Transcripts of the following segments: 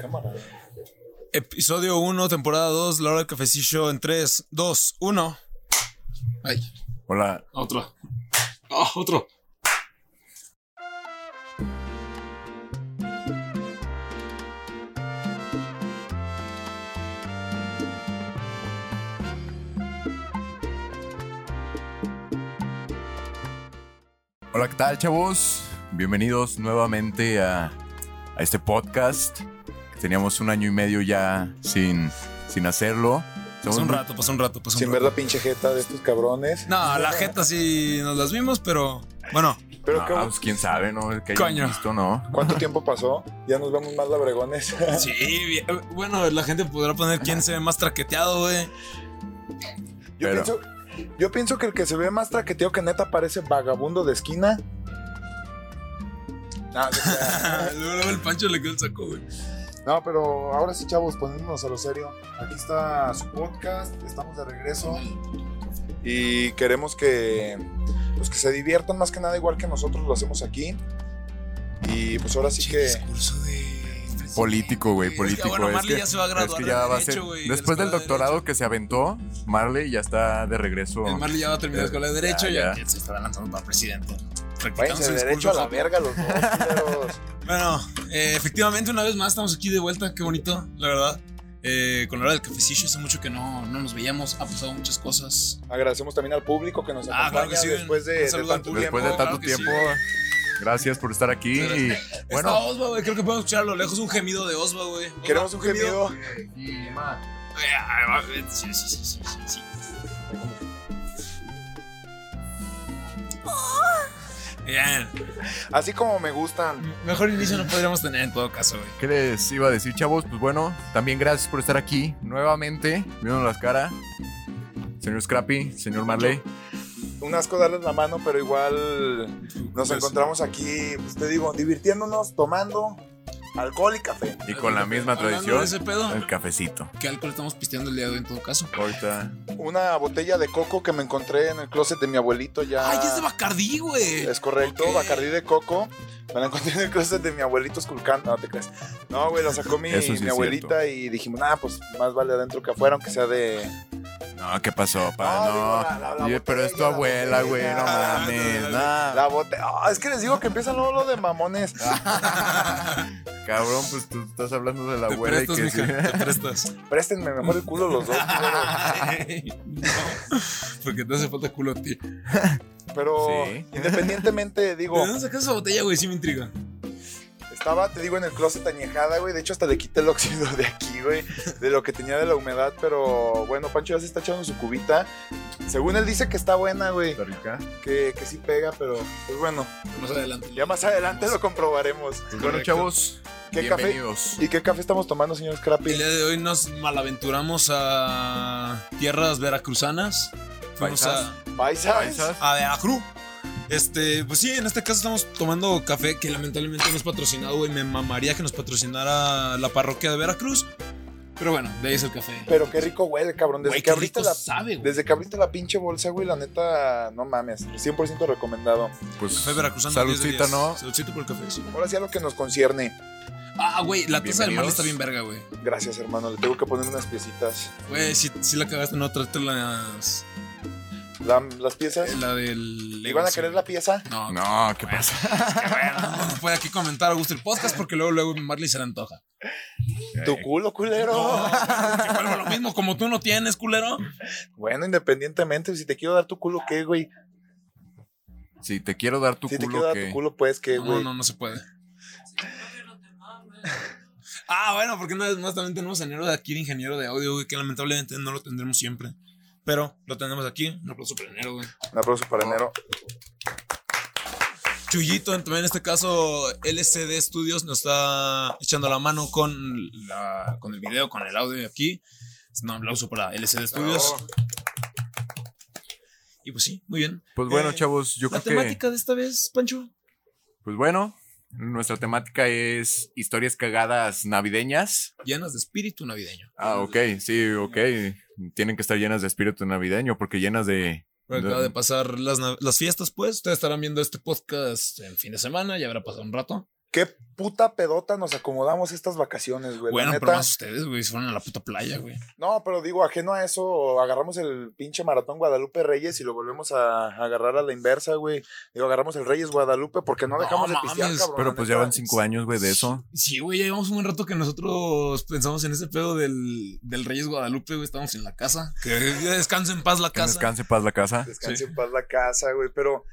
cámara. Episodio 1, temporada 2, La Hora del Cafecillo en 3, 2, 1. Ay, Hola, otro. Ah, otro. hola, ¿qué tal, chavos? Bienvenidos nuevamente a, a este podcast. Teníamos un año y medio ya sin, sin hacerlo. Pasó Somos un muy- rato, pasó un rato, pasó Pues un Sin ver rato. la pinche jeta de estos cabrones. No, la jeta sí nos las vimos, pero bueno, Pero Ah, qué- pues, quién sabe, ¿no? El Que hayan Coño. visto, ¿no? ¿cuánto tiempo pasó? Ya nos vemos más labregones. sí, bien, bueno, la gente podrá poner quién se ve más traqueteado, güey. Yo, Pero- pienso, yo pienso que el que se ve más traqueteado que neta parece vagabundo de esquina. No, de- Luego luego el Pancho le quedó el saco, güey. No, pero ahora sí, chavos, poniéndonos a lo serio. Aquí está su podcast, estamos de regreso. Y queremos que, pues, que se diviertan más que nada, igual que nosotros lo hacemos aquí. Y pues ahora sí que. Discurso de... Político, güey, Es que, político. bueno, es Marley que- ya se va a graduar es que de ya va a Derecho, ser- güey, de la Después del Escuela de doctorado que se aventó, Marley ya está de regreso. El Marley ya va a terminar la escuela de Derecho, Ya, ya, ya. que se estará lanzando para presidente. Practicando Váyanse su derecho a la discurso. verga los dos, culeros. Bueno, eh, efectivamente, una vez más estamos aquí de vuelta. Qué bonito, la verdad. Eh, con la hora del cafecillo, hace mucho que no, no nos veíamos. Ha pasado muchas cosas. Agradecemos también al público que nos Ah, acompaña claro que sí, después de, un de saludo al tanto público. tiempo. Después de claro tanto que sí. tiempo, gracias por estar aquí. Y, Bueno, bueno, Osva, güey. Creo que podemos escuchar a lo lejos un gemido de Osva, güey. Osva, Queremos un gemido. Eh, ah, eh, Sí, sí, sí, sí, sí, sí. Bien. Así como me gustan. Mejor inicio no podríamos tener en todo caso, güey. ¿Qué les iba a decir, chavos? Pues bueno, también gracias por estar aquí nuevamente, viéndonos las caras. Señor Scrappy, señor Marley. Un asco darles la mano, pero igual nos Pues, encontramos aquí, pues te digo, divirtiéndonos, tomando alcohol y café. Y con la misma hablando tradición, de ese pedo, el cafecito. ¿Qué alcohol estamos pisteando el día de hoy en todo caso? Ahorita. Una botella de coco que me encontré en el closet de mi abuelito ya. ¡Ay, es de Bacardí, güey! Ah. Es correcto, Ok. Bacardí de coco. Me la encontré en el closet de mi abuelito esculcando. No te creas. No, güey, la sacó mi, Eso sí mi es cierto. abuelita y dijimos, ah, pues más vale adentro que afuera, aunque sea de. No, ¿qué pasó, No, digo, pa? la- la- la No. Oye, Pero es tu botella, la abuela, güey, no botella. mames. La nada. botella. es que les digo que empiezan luego lo de mamones. Cabrón, pues tú estás hablando de la Te abuela y prestas, que sí. mija, te prestas. Préstenme mejor el culo los dos. culeros. No, porque te hace falta culo a ti. Pero Sí. independientemente, ¿De digo, dónde sacas esa botella, güey? Sí me intriga. estaba, te digo, en el closet añejada, güey. De hecho, hasta le quité el óxido de aquí, güey. De lo que tenía de la humedad. Pero bueno, Pancho ya se está echando su cubita. Según él dice que está buena, güey. Está rica. Que, que sí pega, pero pues bueno. Más adelante. Ya más adelante lo comprobaremos. Pues bueno, chavos, ¿Qué bienvenidos. ¿Y qué café estamos tomando, señor El día Scrappy? de hoy nos malaventuramos a tierras veracruzanas. Fuimos Paisas. a, Paisas. Paisas. a Veracruz. Este, pues sí, en este caso estamos tomando café que lamentablemente no es patrocinado, güey. Me mamaría que nos patrocinara la parroquia de Veracruz. Pero bueno, de ahí es el café. Pero qué rico huele, cabrón. Desde Güey, que qué abriste rico la sabe, güey. Desde que abriste la pinche bolsa, güey, la neta, no mames, 100% recomendado. Pues, Café veracruzano. 10 de saludcita, 10. ¿no? Saludcita por el café, sí. Ahora sí a lo que nos concierne. Ah, güey, la taza del mal Bienvenidos. está bien verga, güey. Gracias, hermano, le tengo que poner unas piecitas. Güey, si, si la cagaste, no trate las, La- las piezas, la del. ¿iban a querer la pieza? No, no. No, ¿qué pasa? no puede aquí comentar a gusto el podcast porque luego, luego Marley se le antoja. Tu culo, culero. No, que vuelva lo mismo, como tú no tienes, culero. Bueno, independientemente, si te quiero dar tu culo, ¿qué, güey? Si te quiero dar tu Si te quiero culo, dar que. tu culo, pues, ¿qué, No, güey? no, no se puede. Ah, bueno, porque una vez más también tenemos a Nero de aquí de ingeniero de audio, güey, que lamentablemente no lo tendremos siempre. Pero lo tenemos aquí. Un aplauso para Nero, güey. Un aplauso para enero. Chuyito, también en este caso LCD Studios nos está echando la mano con, la- con el video, con el audio aquí. Es Un aplauso para LCD Studios. Y pues sí, muy bien. Pues bueno, Eh, chavos, yo La creo que. temática de esta vez, Pancho. Pues bueno, nuestra temática es historias cagadas navideñas. Llenas de espíritu navideño. Ah, ok, sí, ok. Tienen que estar llenas de espíritu navideño, porque llenas de. Bueno, Acaba de- de pasar las, nav- las fiestas, pues. Ustedes estarán viendo este podcast en fin de semana, ya habrá pasado un rato. Qué puta pedota nos acomodamos estas vacaciones, güey. La bueno, neta- pero más ustedes, güey, se fueron a la puta playa, güey. No, pero digo, ajeno a eso, agarramos el pinche maratón Guadalupe Reyes y lo volvemos a agarrar a la inversa, güey. Digo, agarramos el Reyes Guadalupe porque no No dejamos de pistear, mames, cabrón. Pero la pues neta. ya van cinco años, güey, de eso. Sí, güey, ya llevamos un buen rato que nosotros pensamos en ese pedo del, del Reyes Guadalupe, güey. Estamos en la casa. Que descanse en paz la Que casa. descanse paz la casa. Descanse Sí. en paz la casa, güey. Pero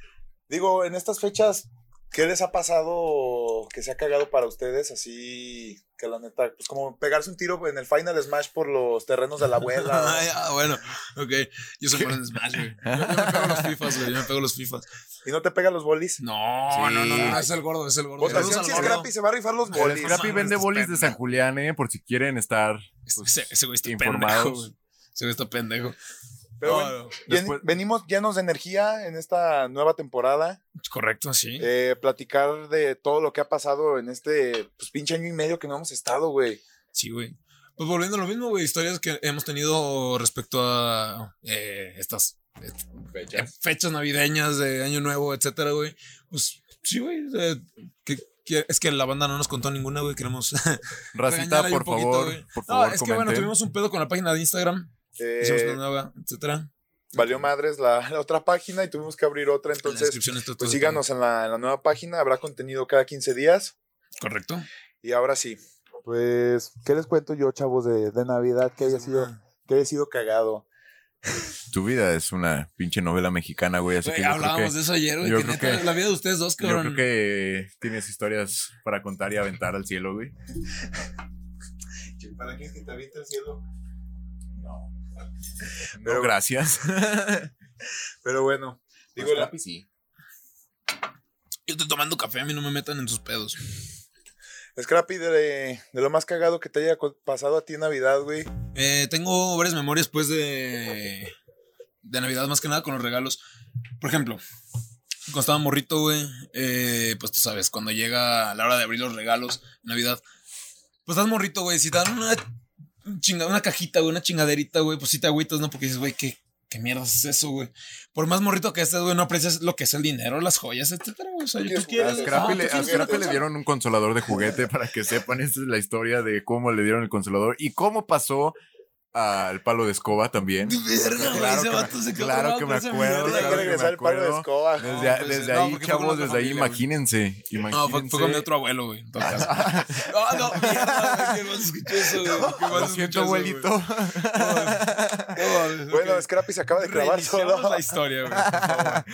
digo, en estas fechas, ¿qué les ha pasado que se ha cagado para ustedes? Así que la neta, pues como pegarse un tiro en el Final Smash por los terrenos de la abuela. ¿no? Ah, ya, bueno, ok. Yo soy bueno en Smash, güey. Yo, yo me pego los FIFAs, güey. Yo me pego los FIFAs. Y no te pegan los bolis. No, Sí. no, no, no, es el gordo, es el gordo. Votación Saludos si al es gordo. gratis, se va a rifar los El bolis. Scrappy mames, vende estás bolis de pendejo. San Julián, eh, por si quieren estar. Pues, Ese ese güey está Informados. pendejo, güey. Ese güey está pendejo. Pero No, bueno, no, ven- después- venimos llenos de energía en esta nueva temporada. correcto, sí. eh, platicar de todo lo que ha pasado en este pues, pinche año y medio que no hemos estado, güey. Sí, güey. Pues volviendo a lo mismo, güey, historias que hemos tenido respecto a eh, estas eh, eh, fechas navideñas de Año Nuevo, etcétera, güey. Pues sí, güey. eh, que- que- es que la banda no nos contó ninguna, güey. Queremos. Racita, regañarla ahí por un poquito, favor, güey. por no, favor, es que comenten. bueno, tuvimos un pedo con la página de Instagram. Eh, Hicimos una nueva, etcétera. valió madres la, la otra página y tuvimos que abrir otra. En la Entonces, descripción está todo pues ese síganos en la, en la nueva página. Habrá contenido cada 15 días. pedo. Correcto. Y ahora sí. Pues, ¿qué les cuento yo, chavos, de, de Navidad que haya sido, que haya sido cagado? Tu vida es una pinche novela mexicana, güey. Así Güey, que yo creo hablábamos que, de eso ayer, güey. yo que creo neta, que- La vida de ustedes dos, yo cabrón. creo que tienes historias para contar y aventar al cielo, güey. ¿Para quién es que te avienta el cielo? No. No, Pero, gracias. pero bueno, digo, Pues, ah. la, sí. Yo estoy tomando café, a mí no me metan en sus pedos. Scrappy, de, de lo más cagado que te haya co- pasado a ti en Navidad, güey. Eh, tengo varias memorias, pues, de. De Navidad, más que nada con los regalos. Por ejemplo, cuando estaba morrito, güey, eh, pues tú sabes, cuando llega la hora de abrir los regalos, Navidad, pues estás morrito, güey. Si te dan una, chinga, una cajita, güey, una chingaderita, güey, pues sí te agüitas, ¿no? Porque dices, güey, ¿qué, qué mierda es eso, güey? Por más morrito que estés, güey, no aprecias lo que es el dinero, las joyas, etcétera, güey. O sea, Tú yo- tú quieres quieres. jugar, Ajá, Scrappy tú le, a quieres Scrappy jugar, le dieron un consolador de juguete para que sepan. Esta es la historia de cómo le dieron el consolador y cómo pasó al palo de escoba también. Verga, güey, Claro ese que me- vato se quedó claro trabado que con me esa acuerdo, mierda, Tiene claro güey. que que me regresar el palo de acuerdo. escoba. Desde, No, pues, desde no, ahí, porque fue con chavos, otra desde ahí, familia, güey. imagínense. No, fue, fue con mi imagínense. otro abuelo, güey. en todo caso. No, no, mierda, güey, ¿qué más escuché eso, güey? ¿Qué más Lo escuché siento, eso, güey? abuelito. No, mames, Bueno, ok. Scrappy se acaba de clavar Reiniciamos solo. la historia, güey. por favor.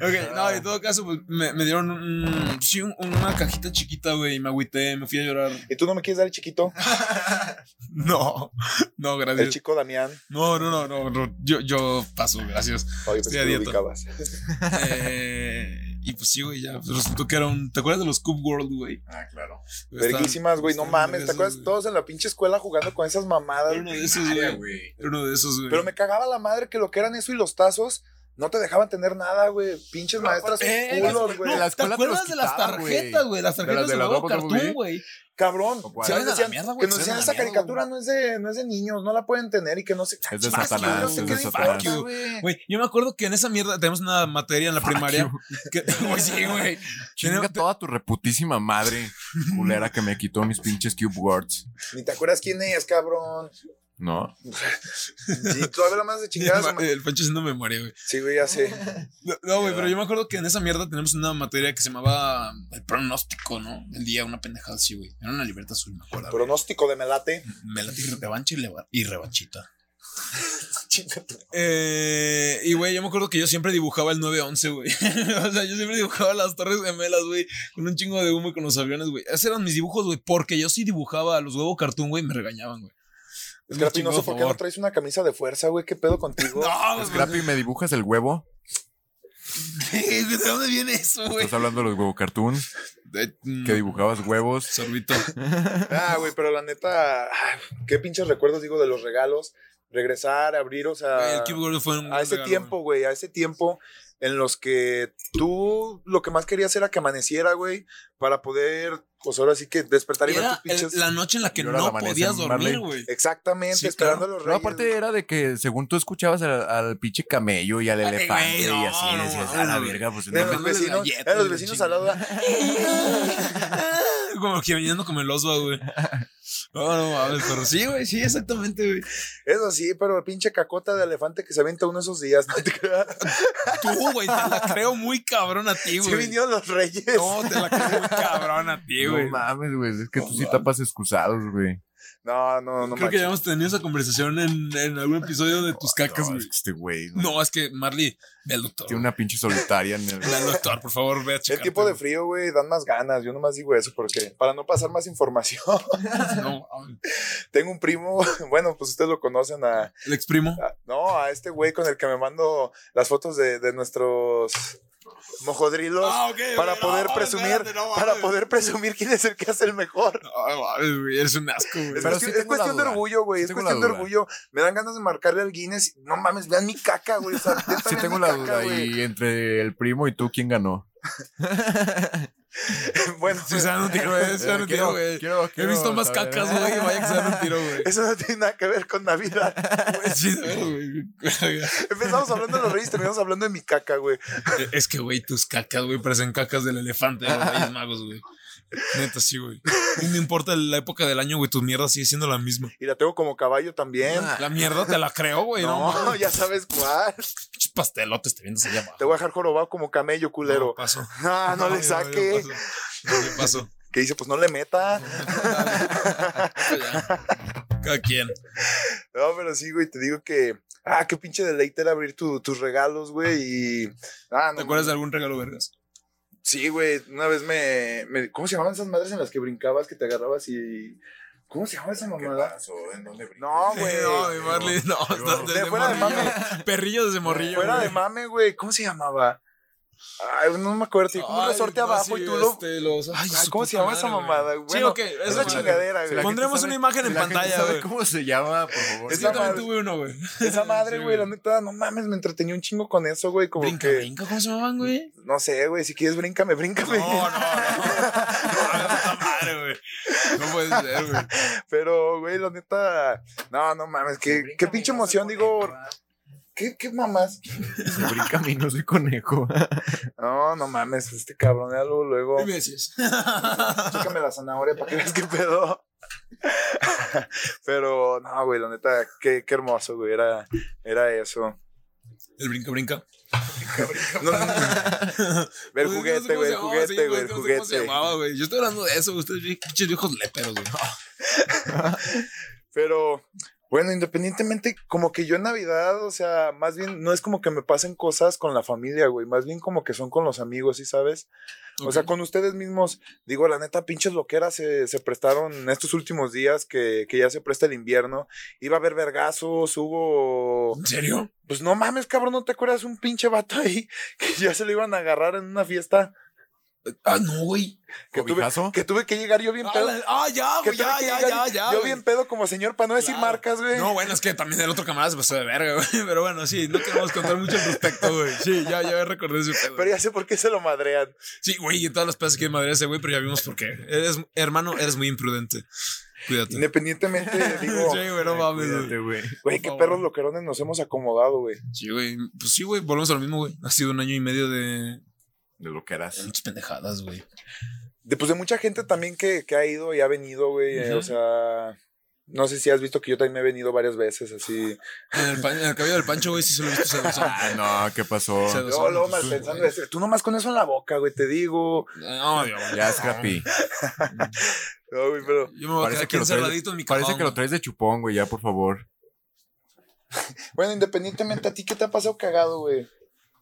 Ok, no, en todo caso, pues me, me dieron un- sí, un- una cajita chiquita, güey, y me agüité, me fui a llorar. ¿Y tú no me quieres dar el chiquito? No, no, El gracias. chico Damián. No, no, no, no, no, yo, yo paso, gracias. Oye, pues Estoy que a lo dieta. ubicabas. Eh, y pues sí, güey, ya pues, resultó que era un. ¿Te acuerdas de los Cube World, güey? Ah, claro. Verguísimas, güey, no Estaban- mames. ¿Te estaban acuerdas? esos, güey. Todos en la pinche escuela jugando con esas mamadas. Era uno de esos, güey. Era uno de esos, güey. Pero me cagaba la madre que lo que eran eso y los tazos no te dejaban tener nada, güey. Pinches maestras eh, culos, güey. no. la escuela ¿Te te los acuerdas de las quitaba, güey. tarjetas, güey? Las De tarjetas las de de, la huevo WWE. cartoón, güey. Cabrón. ¿O cuál? Se van ¿Sabes? a la Decían mierda, güey, Que se van nos decían, a la esa mierda, caricatura no es, de, no es de niños, no la pueden tener y que no se... Es de Fuck Ah, Satanás, you, ¿qué es te de importa, Satanás. güey? Güey, yo me acuerdo que en esa mierda tenemos una materia en la primaria. Que, Güey, sí, güey. Chinga Tenemos- toda tu reputísima madre culera que me quitó mis pinches cube words. Ni te acuerdas quién es, cabrón. ¿No? Sí, tú hablas más de chingadas. ma- El Pancho haciendo memoria, güey. Sí, güey, ya sé. No, No, güey, pero yo me acuerdo que en esa mierda tenemos una materia que se llamaba um, el pronóstico, ¿no? El día, una pendejada así, güey. Era una libreta azul, me acuerdo. güey. Pronóstico de melate. Me la tiré revancha y, leva- y revanchita. Chinga tu- Eh, y, güey, yo me acuerdo que yo siempre dibujaba el 911, güey. o sea, yo siempre dibujaba las Torres Gemelas, güey, con un chingo de humo y con los aviones, güey. Esos eran mis dibujos, güey, porque yo sí dibujaba a los huevos cartoon, güey, y me regañaban, güey. Es que Rappi, no sé Chingo, por qué no favor. traes una camisa de fuerza, güey. ¿Qué pedo contigo? No, pues, güey, Scrappy, ¿me dibujas el huevo? ¿de dónde viene eso, güey? Estás hablando de los huevo cartoon, Eh, mm, que dibujabas huevos. Sorbito. Ah, güey, pero la neta, ay, qué pinches recuerdos digo de los regalos. Regresar, abrir, o sea, Güey, el Cube Gordo fue un a buen ese regalo, tiempo, güey, a ese tiempo en los que tú lo que más querías era que amaneciera, güey, para poder, pues ahora sí que despertar y, Y ver tus era pinches. el- la noche en la que Yo era la no amanecer, podías Marley. dormir, güey. Exactamente, Sí, esperando a los No, reyes. aparte era de que según tú escuchabas al, al pinche camello y al Ay, elefante güey, no, y así no, decías, no, a la güey. verga, pues Eran los entonces, Dejándole vecinos, galletas, eran los la vecinos al chingada. lado. Como que viniendo como el oso, güey. No, no mames, pero sí, güey, sí, exactamente, güey. Eso sí, pero el pinche cacota de elefante que se avienta uno esos días. ¿no te creas? Tú, güey, te la creo muy cabrón a ti, Sí güey. vinieron los reyes. No, te la creo muy cabrón a ti, güey. no mames, güey, es que tú sí mames. tapas excusados, güey. No, no, no. creo que manches. ya hemos tenido esa conversación en, en algún episodio de tus No, cacas, güey. es que este güey no, No, es que Marley, ve al doctor. tiene una pinche solitaria en el... Ve al doctor, por favor, ve a El checarte, tiempo de güey. frío, güey, dan más ganas. Yo nomás digo eso porque para no pasar más información, No, ah, mames. tengo un primo, bueno, pues ustedes lo conocen a, el ex primo. a- no, a este güey con el que me mando las fotos de, de nuestros mojodrilos Ah, para poder presumir, Ah, para poder presumir quién es el que hace el mejor. No, mames, güey, eres un asco, güey. Es, Pero cuestión- sí es tengo la cuestión de duda. orgullo, güey. Es Tengo la cuestión de duda. orgullo. Me dan ganas de marcarle al Guinness. y, No mames, vean mi caca, güey. O sea, neta, Sí vean tengo mi la caca, duda, güey. y entre el primo y tú, ¿quién ganó? Bueno, Sí, se dan un tiro, eh, se dan un tiro, güey. He visto más cacas, güey. Vaya que se dan un tiro, güey. eso no tiene nada que ver con Navidad. Sí, güey. Empezamos hablando de los reyes, terminamos hablando de mi caca, güey. Es que, güey, tus cacas, güey, parecen cacas del elefante de los Reyes Magos, güey. Neta, sí, güey. Y No importa la época del año, güey, tu mierda sigue siendo la misma. Y la tengo como caballo también. La mierda te la creo, güey, ¿no? No, ya sabes cuál. Pinches pastelotes te vienes allá abajo. Te voy a dejar jorobado como camello, No, culero. paso. Ah, no, le yo- saque. yo paso. Yo paso. Que dice, pues no le meta. Ya. Cada quien. No, pero sí, güey, te digo que. Ah, qué pinche deleite era abrir tu- tus regalos, güey. Y. Ah, no. ¿Te acuerdas de algún regalo, vergas? Sí, güey. Una vez me, me- ¿Cómo se llamaban esas madres en las que brincabas, que te agarrabas y. ¿Cómo se llamaba esa mamada? ¿En dónde brincas? No, güey. No, mi Marley, no. Yo- Desde De fuera de morrillo. Perrillo desde morrillo. Fuera güey. de mame, güey. ¿Cómo se llamaba? Ay, no me acuerdo. Tiene como un Ay, resorte no, abajo sí, y tú lo. este, los- Ay, Ay, su ¿Cómo se puta llama esa madre, mamada, güey? güey? Sí, ok. Es Esa una la madre. chingadera, Si güey. la gente Pondremos sabe- una imagen en si la gente pantalla, sabe güey. ¿Cómo se llama, por favor? Sí, Esa yo díganme. también madre. tuve uno, güey. Esa madre, Sí, güey, la neta, no mames, me entretenía un chingo con eso, güey, como Brinca, que, brinca, ¿cómo se llamaban, güey? no sé, güey, si quieres bríncame, bríncame. puta madre, güey. No puede ser, güey. Pero, güey, la neta, no, no mames, qué, qué pinche emoción, digo, qué, qué mamás. Se brinca mi no soy conejo. No, no mames, este cabrón, ya luego, luego, ¿Qué me decías? chécame la zanahoria para que veas qué pedo. Pero, no, güey, la neta, qué, qué hermoso, güey, era, era eso. El brinca, brinca. No, no, no. Ver Pues, no sé juguete, cómo güey, se el llamaba, sí, juguete, pues, no sé cómo güey, el se juguete. llamaba, güey. Yo estoy hablando de eso, güey. ustedes pinches viejos leperos, güey. Ah, Pero bueno, independientemente, como que yo en Navidad, o sea, más bien no es como que me pasen cosas con la familia, güey, más bien como que son con los amigos, ¿sí sabes? O sea, con ustedes mismos, digo, la neta, pinches loqueras se, se prestaron en estos últimos días que, que ya se presta el invierno. Iba a haber vergazos, hubo. ¿En serio? Pues no mames, cabrón, ¿no te acuerdas un pinche vato ahí que ya se lo iban a agarrar en una fiesta? Ah, no, güey. Que tuve, ¿Cobijazo? que tuve que llegar yo bien Ah, pedo. la- ah, ya, que güey. tuve Ya, que ya, llegar ya, ya. Yo güey. bien pedo como señor, para no decir Claro. marcas, güey. No, bueno, es que también el otro camarada se pasó de verga, güey. Pero bueno, sí, no queremos contar mucho al respecto, güey. Sí, ya, ya recordé ese pedo. Pero ya sé por qué se lo madrean. Sí, güey, y todas las plazas que en Madrid ese güey, pero ya vimos por qué. Eres, hermano, eres muy imprudente. Cuídate. Independientemente, Sí, digo, güey, no mames, güey. Cuídate, güey. güey, por qué favor. perros loquerones nos hemos acomodado, güey. Sí, güey. Pues sí, güey, volvemos a lo mismo, güey. Ha sido un año y medio de De lo que harás. muchas pendejadas, güey. De, pues de mucha gente también que, que ha ido y ha venido, güey. eh, Ujú. o sea, no sé si has visto que yo también me he venido varias veces, así. En el, pan- en el cabello del Pancho, güey, sí se lo he visto sedoso. Ah, no, ¿qué pasó? Sedoso. Luego, luego mal pensando, este, tú nomás con eso en la boca, güey, te digo. No, yo, Ya, Scrappy. No, güey, pero yo me voy a Parece quedar que aquí lo traes- encerradito en mi cama. Parece que lo traes de chupón, güey, ya, por favor. bueno, independientemente a ti, ¿qué te ha pasado cagado, güey?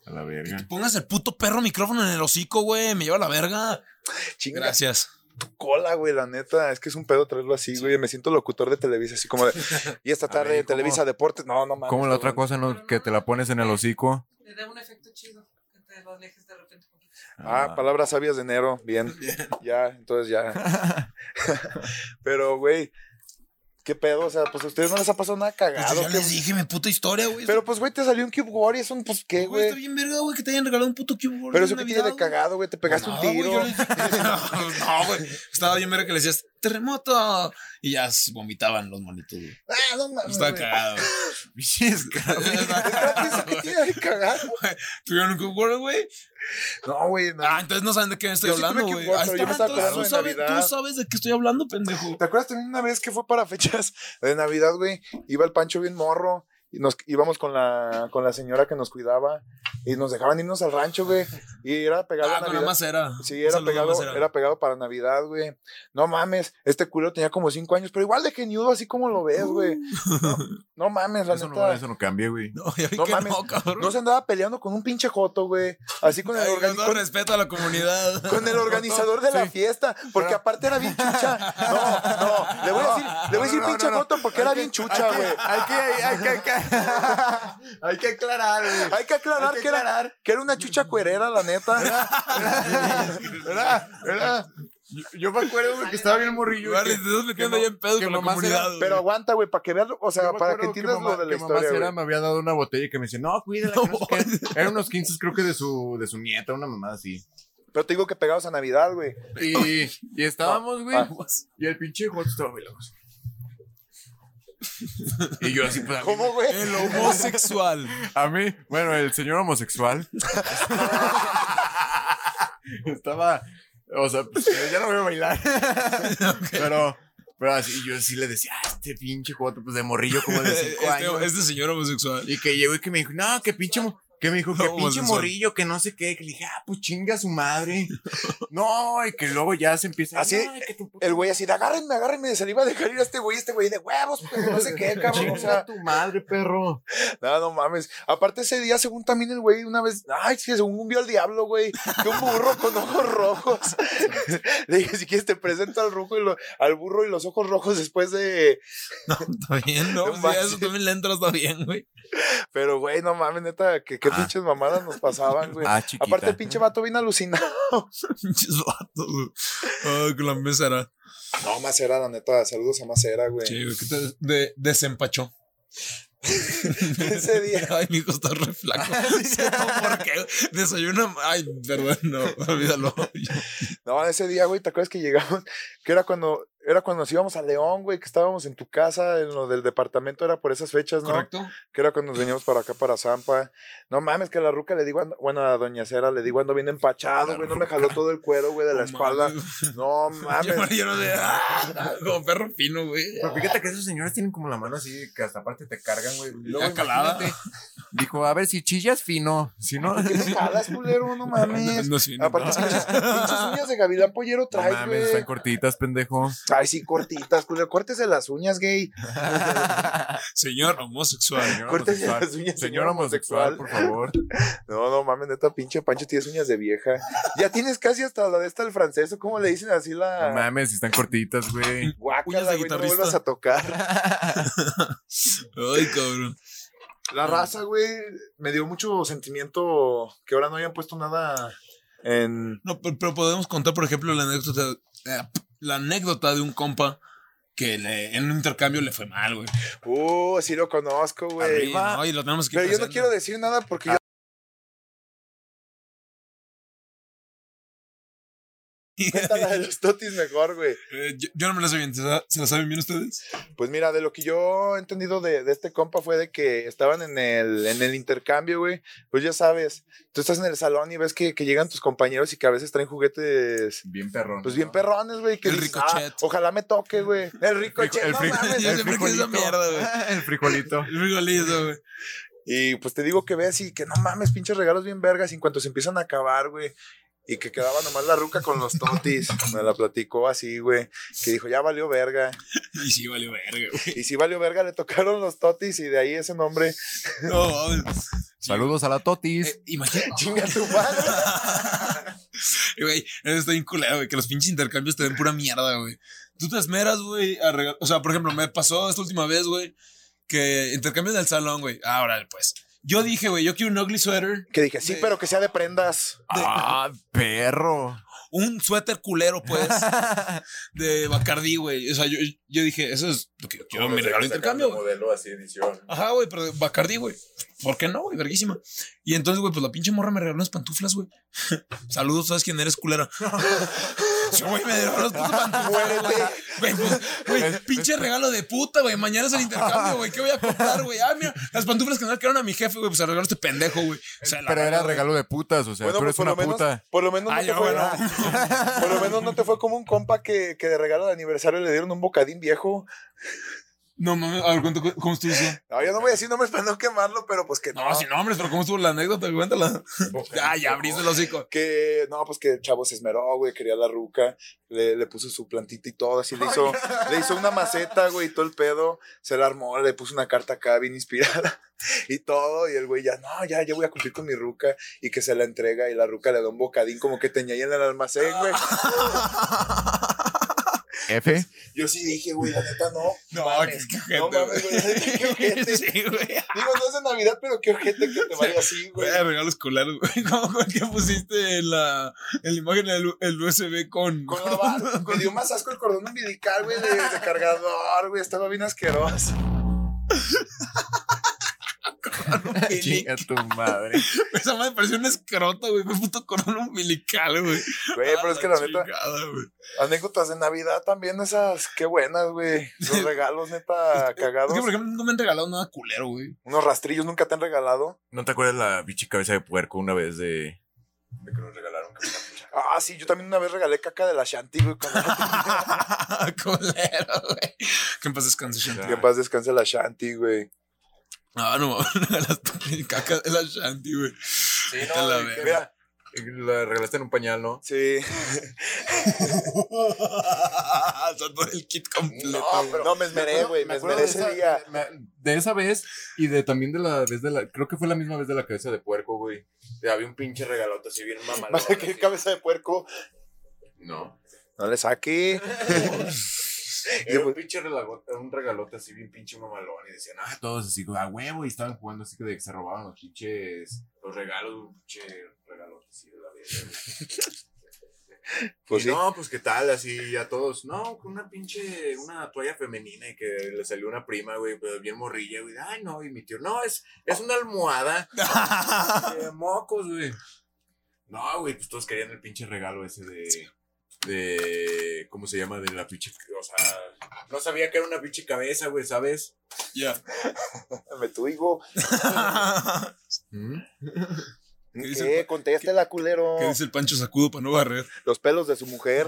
A la verga. Pongas el puto perro micrófono en el hocico, güey. Me lleva la verga. Chinga Gracias. tu cola, güey, la neta. Es que es un pedo traerlo así, güey. Me siento locutor de Televisa, así como de. Y esta A tarde, ver, ¿y cómo- Televisa Deportes. No, no mames. ¿Cómo la otra cabrón. cosa no, que te la pones en el hocico? Le da un efecto chido que te lo alejes de repente. poquito. Ah, palabras sabias de enero. Bien. Ya, entonces ya. Pero, güey, ¿Qué pedo? O sea, pues a ustedes no les ha pasado nada Pues cagado. yo ya ¿qué? les dije mi puta historia, güey. Pero pues, güey, te salió un Cube Warrior, es un pues qué, güey, güey. está bien verga, güey, que te hayan regalado un puto Cube World. Pero eso que tiene de cagado, güey, te pegaste un tiro. no, güey. Estaba bien verga que le decías, terremoto. Y ya s- vomitaban los monitos, güey. Ah, no mames. Estaba güey. cagado. Bichis, cara. Espérate, ¿eso qué tiene de cagado? ¿Tuvieron un Cube World, güey? No, güey, no. Ah, entonces no saben de qué estoy Yo sí tuve hablando, Cube güey. World, Ahí pero yo me está, estaba acordando tú, de sabes, Navidad. tú sabes de qué estoy hablando, pendejo. ¿Te acuerdas también una vez que fue para fechas de Navidad, güey? Iba el Pancho bien morro y nos íbamos con la, con la señora que nos cuidaba y nos dejaban irnos al rancho, güey. Y era pegado Ah, a con la Navidad. macera. Sí, era Saludos, pegado, macera. era pegado para Navidad, güey. No mames, este culo tenía como cinco años, pero igual de geniudo, así como lo ves, güey. No, no mames, la Eso no, neta. eso no cambié, güey. No, ya vi No que mames, no, cabrón. No se andaba peleando con un pinche joto, güey. Así con el, Ay, organi- con todo con- respeto a la comunidad. con el organizador de la fiesta, porque Ah. aparte era bien chucha. No, no, le voy a decir, le voy a decir No, no, pinche no, no. joto porque era bien chucha, güey. Hay que, hay que, hay que, hay que aclarar, güey. Hay que aclarar, Hay que que, era- aclarar. que era una chucha cuerera, la neta. ¿Verdad? ¿Verdad? Yo, yo me acuerdo, güey, que estaba bien morrillo. y Barry, que- te estás metiendo que ya en pedo que con la mamá será- comunidad. Pero güey. aguanta, güey, para que veas, o yo sea, me para que acuerdo que entiendas mamá- lo de la que mamá historia, Cera güey. me había dado una botella y que me dice, no, cuídala. que no sé qué". Eran unos 15, creo que de su, de su nieta, una mamada así. Pero te digo que pegados a Navidad, güey. Y, y estábamos, güey. Ah. Y el pinche Joto estaba bailando. Y yo así, pues, a mí- ¿Cómo, güey? El homosexual. A mí, bueno, el señor homosexual estaba, o sea, pues, ya no voy a bailar. Pero, pero así, yo sí le decía, "Ah, este pinche joto, pues de morrillo como de cinco Este, años. este señor homosexual. Y que llegó y que me dijo, no, que pinche, mo- que me dijo, que pinche Homosexual. morrillo, que no sé qué. Que le dije, ah, pues chinga a su madre. No, y que luego ya se empieza. Así, "Ay, que tu puta El güey así, de, agárrenme, agárrenme, se le iba a dejar ir a este güey, este güey de huevos, pero no sé qué, cabrón. O Chinga sea, a tu madre, perro. no, no mames. Aparte ese día, según también el güey, una vez, ay, sí, según vio al diablo, güey, que un burro con ojos rojos. le dije, si quieres te presento al, rojo y lo- al burro y los ojos rojos después de... Está bien, ¿no? No Si a manches. eso también le entras, está bien, güey. Pero, güey, no mames, neta, que qué Ah. pinches mamadas nos pasaban, güey. Ah, chiquita. Aparte el pinche vato bien alucinado. Pinches vatos, güey. Ah, con la mesa era. No, Macera, la neta, saludos a Macera, güey. Che, güey, que te Pues, de- desempachó. Ese día. Ah, Ay, mi hijo está re flaco. No sé por qué. güey. Desayuna. Ay, perdón, no. Olvídalo. No, ese día, güey, ¿te acuerdas que llegamos? Que era cuando, era cuando nos íbamos a León, güey, que estábamos en tu casa, en lo del departamento, era por esas fechas, ¿no? ¿Correcto? Que era cuando nos veníamos para acá, para Zampa. No mames, que a la ruca le digo, ando- bueno, a doña Cera le digo, ando bien empachado, güey, no me jaló todo el cuero, güey, de la No espalda. mames. No Yo mames. me lleno de. ah, Como perro fino, güey. Pero fíjate que esos señores tienen como la mano así, que hasta aparte te cargan, güey. Y Ya calada. imagínate, Dijo, a ver, si chillas fino, si no... ¿Qué me jalas, culero? No mames. No, sí, no, Aparte, no. pinches, pinches uñas de Gavilán Pollero No traes, mames, están güey. cortitas, pendejo. Ay, sí, cortitas, culero. Córtese las uñas, gay. Señor homosexual. Señor Cortes homosexual. las uñas, Señor homosexual, por favor. No, no mames, neta, pinche Pancho, tienes uñas de vieja. Ya tienes casi hasta la de esta el francés, ¿o ¿cómo le dicen así No la mames, si están cortitas, güey. Uñas de guácala, güey? No guitarrista. vuelvas a tocar. Ay, cabrón. La raza, güey, me dio mucho sentimiento que ahora no hayan puesto nada en. No, pero, pero podemos contar, por ejemplo, la anécdota, eh, la anécdota de un compa que le- en un intercambio le fue mal, güey. Uh, sí lo conozco, güey. Arriba, ¿no? Y lo tenemos que Pero yo no quiero decir nada porque yo. Cuenta la de los totis mejor, güey. Eh, yo, yo no me la sé bien. ¿Se la, se la saben bien ustedes? Pues mira, de lo que yo he entendido de, de este compa fue de que estaban en el, en el intercambio, güey. Pues ya sabes, tú estás en el salón y ves que, que llegan tus compañeros y que a veces traen juguetes, Bien perrón. pues bien ¿no? perrones, güey. Que El dices, "Ah, ricochet. ojalá me toque, güey. El ricochet, el no fric- mames. Yo siempre quise esa frijolito. mierda, güey. El frijolito. El Rigolito, güey. Y pues te digo que ves y que no mames, pinches regalos bien vergas. Y en cuanto se empiezan a acabar, güey. Y que quedaba nomás la ruca con los totis. Me la platicó así, güey. Que dijo, ya valió verga. Y sí, valió verga, güey. Y si valió verga, le tocaron los totis. Y de ahí ese nombre, No, mames. Saludos a la Totis. Eh, imagínate, chinga tu madre. güey, eso está bien culero, güey, que los pinches intercambios te den pura mierda, güey. Tú te esmeras, güey, a regalar. O sea, por ejemplo, me pasó esta última vez, güey, que intercambio en el salón, güey. Ah, órale, pues. Yo dije, güey, yo quiero un ugly sweater. Que dije, sí, De- pero que sea de prendas. Ah, perro. un suéter culero, pues, de Bacardi, güey. O sea, yo, yo dije, eso es lo que yo quiero, mi regalo de intercambio, güey. modelo así edición. Ajá, güey, pero de Bacardi, güey. ¿Por qué no, güey? Verguísima. Y entonces, güey, pues la pinche morra me regaló unas pantuflas, güey. Saludos, sabes quién eres, culera. Yo, güey, me regaló unas putas pantuflas, güey. Güey, pues, güey, pinche regalo de puta, güey. Mañana es el intercambio, güey. ¿Qué voy a comprar, güey? Ah, mira, las pantuflas que no le quedaron a mi jefe, güey, pues se regaló este pendejo, güey. O sea, la Pero verga, era güey. regalo de putas, o sea, Bueno, tú pues eres por una lo menos, puta. por lo menos no Ah, te yo, fue, bueno. por lo menos no te fue como un compa que, que de regalo de aniversario le dieron un bocadín viejo. No, mames, a ver, cuenta, cu- ¿cómo estuvo eso? No, yo no voy a decir nombres para no quemarlo, pero pues que no. No, sin nombres, pero ¿cómo estuvo la anécdota? Cuéntala. Bocadín Ah, ya viejo. abriste el hocico. Que no, pues que el chavo se esmeró, güey, quería la ruca, le, le puso su plantita y todo, así le hizo, le hizo una maceta, güey, y todo el pedo, se la armó, le puso una carta acá bien inspirada y todo, y el güey ya, no, ya, ya voy a cumplir con mi ruca, y que se la entrega, y la ruca le da un bocadín como que tenía ahí en el almacén, güey. F. Yo sí dije, güey, la neta no. No, mames, qué no ojete, mames, güey, qué ojete. Sí, güey. Digo, no es de Navidad, pero qué ojete que te vaya así, güey. Güey, regalos colares, güey. ¿Cómo con qué pusiste en la, en la imagen el, el USB con. Con la barba. Me dio más asco el cordón umbilical, güey, de, de cargador, güey. Estaba bien asqueroso. Chinga tu madre. Esa madre pareció un escroto, güey. Un puto cordón umbilical, güey. Güey, pero es que Ah, la neta, Chingada, güey. anécdotas de Navidad también esas, qué buenas, güey. Los regalos, neta, Es cagados. que, por ejemplo, no me han regalado nada culero, güey. Unos rastrillos nunca te han regalado. ¿No te acuerdas la bichi cabeza de puerco una vez de. de que nos regalaron Ah, sí, yo también una vez regalé caca de la Shanti, güey. Cuando... Ah. culero, güey. Que en paz descanse, Shanti. que en paz descanse la Shanti, güey. Ah, no, las cacas de la Shanti, güey. Sí, Vete a la güey, que- verga. La regalaste en un pañal, ¿no? Sí. Salto del kit completo. No, pero no, me esmeré, güey. Me, acuerdo esmeré ese de esa, día. me- de esa vez y de también de la vez de la. Creo que fue la misma vez de la cabeza de puerco, güey. Te había un pinche regalote así bien mamalón. Vas a caer así. cabeza de puerco. No. No le saque. Era un pinche regalote, un regalote así bien pinche mamalón. Y decían, ah, todos así, a huevo. Y estaban jugando así que de que se robaban los pinches. Los regalos, un pinche regalote así de la vez. Pues y sí. no, pues qué tal, así a todos. No, con una pinche, una toalla femenina y que le salió una prima, güey, pero bien morrilla, güey. Ay, no, y mi tío, no, es, es una almohada. de mocos, güey. No, güey, pues todos querían el pinche regalo ese de. De. ¿Cómo se llama? De la pinche. O sea, no sabía que era una pinche cabeza, güey, ¿sabes? Ya. Me tu digo. Mm. ¿Qué dice ¿Qué? el pa- Contéstela, culero. ¿Qué dice el Pancho Sacudo para no barrer? Los pelos de su mujer.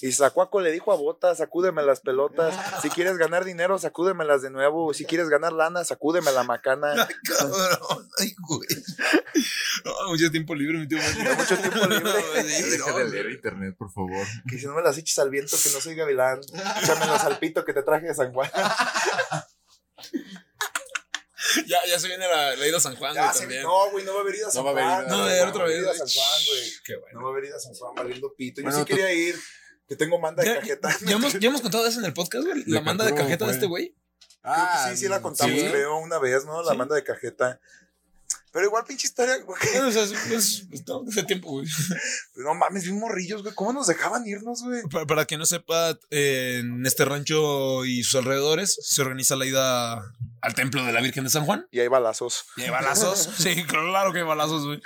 Y Zacuaco le dijo a Bota, sacúdeme las pelotas. Si quieres ganar dinero, sacúdemelas de nuevo. Si quieres ganar lana, sacúdeme la macana. Cabrón, ay, güey. No, mucho tiempo libre, mi tío. Tengo mucho tiempo libre. Deja de leer internet, por favor. Que si no me las eches al viento, que no soy gavilán. Échamelas al pito que te traje de San Juan. ya, ya se viene la, la ida a San Juan, Ya güey, se- también. no, güey, no va a haber ido a San va a haber ido Juan. a No, San de Juan, otra vez. No va a haber ido a San Juan, güey. Qué No bueno. va a haber ido a San Juan valiendo pito. Yo Bueno, sí tú- quería ir. Que tengo manda de Ya, cajeta. ya hemos, ya hemos contado eso en el podcast, güey. La De manda de Carturo, cajeta de güey. este güey. Creo que sí, Ah, sí la contamos, Ah, sí. creo, una vez, ¿no? La Sí. manda de cajeta. Pero igual, pinche historia, güey. O sea, es- es- no, hace tiempo, güey. No mames, bien morrillos, güey. ¿Cómo nos dejaban irnos, güey? Para, para quien no sepa, eh, en este rancho y sus alrededores se organiza la ida al templo de la Virgen de San Juan. Y hay balazos. Y hay balazos. sí, claro que hay balazos, güey.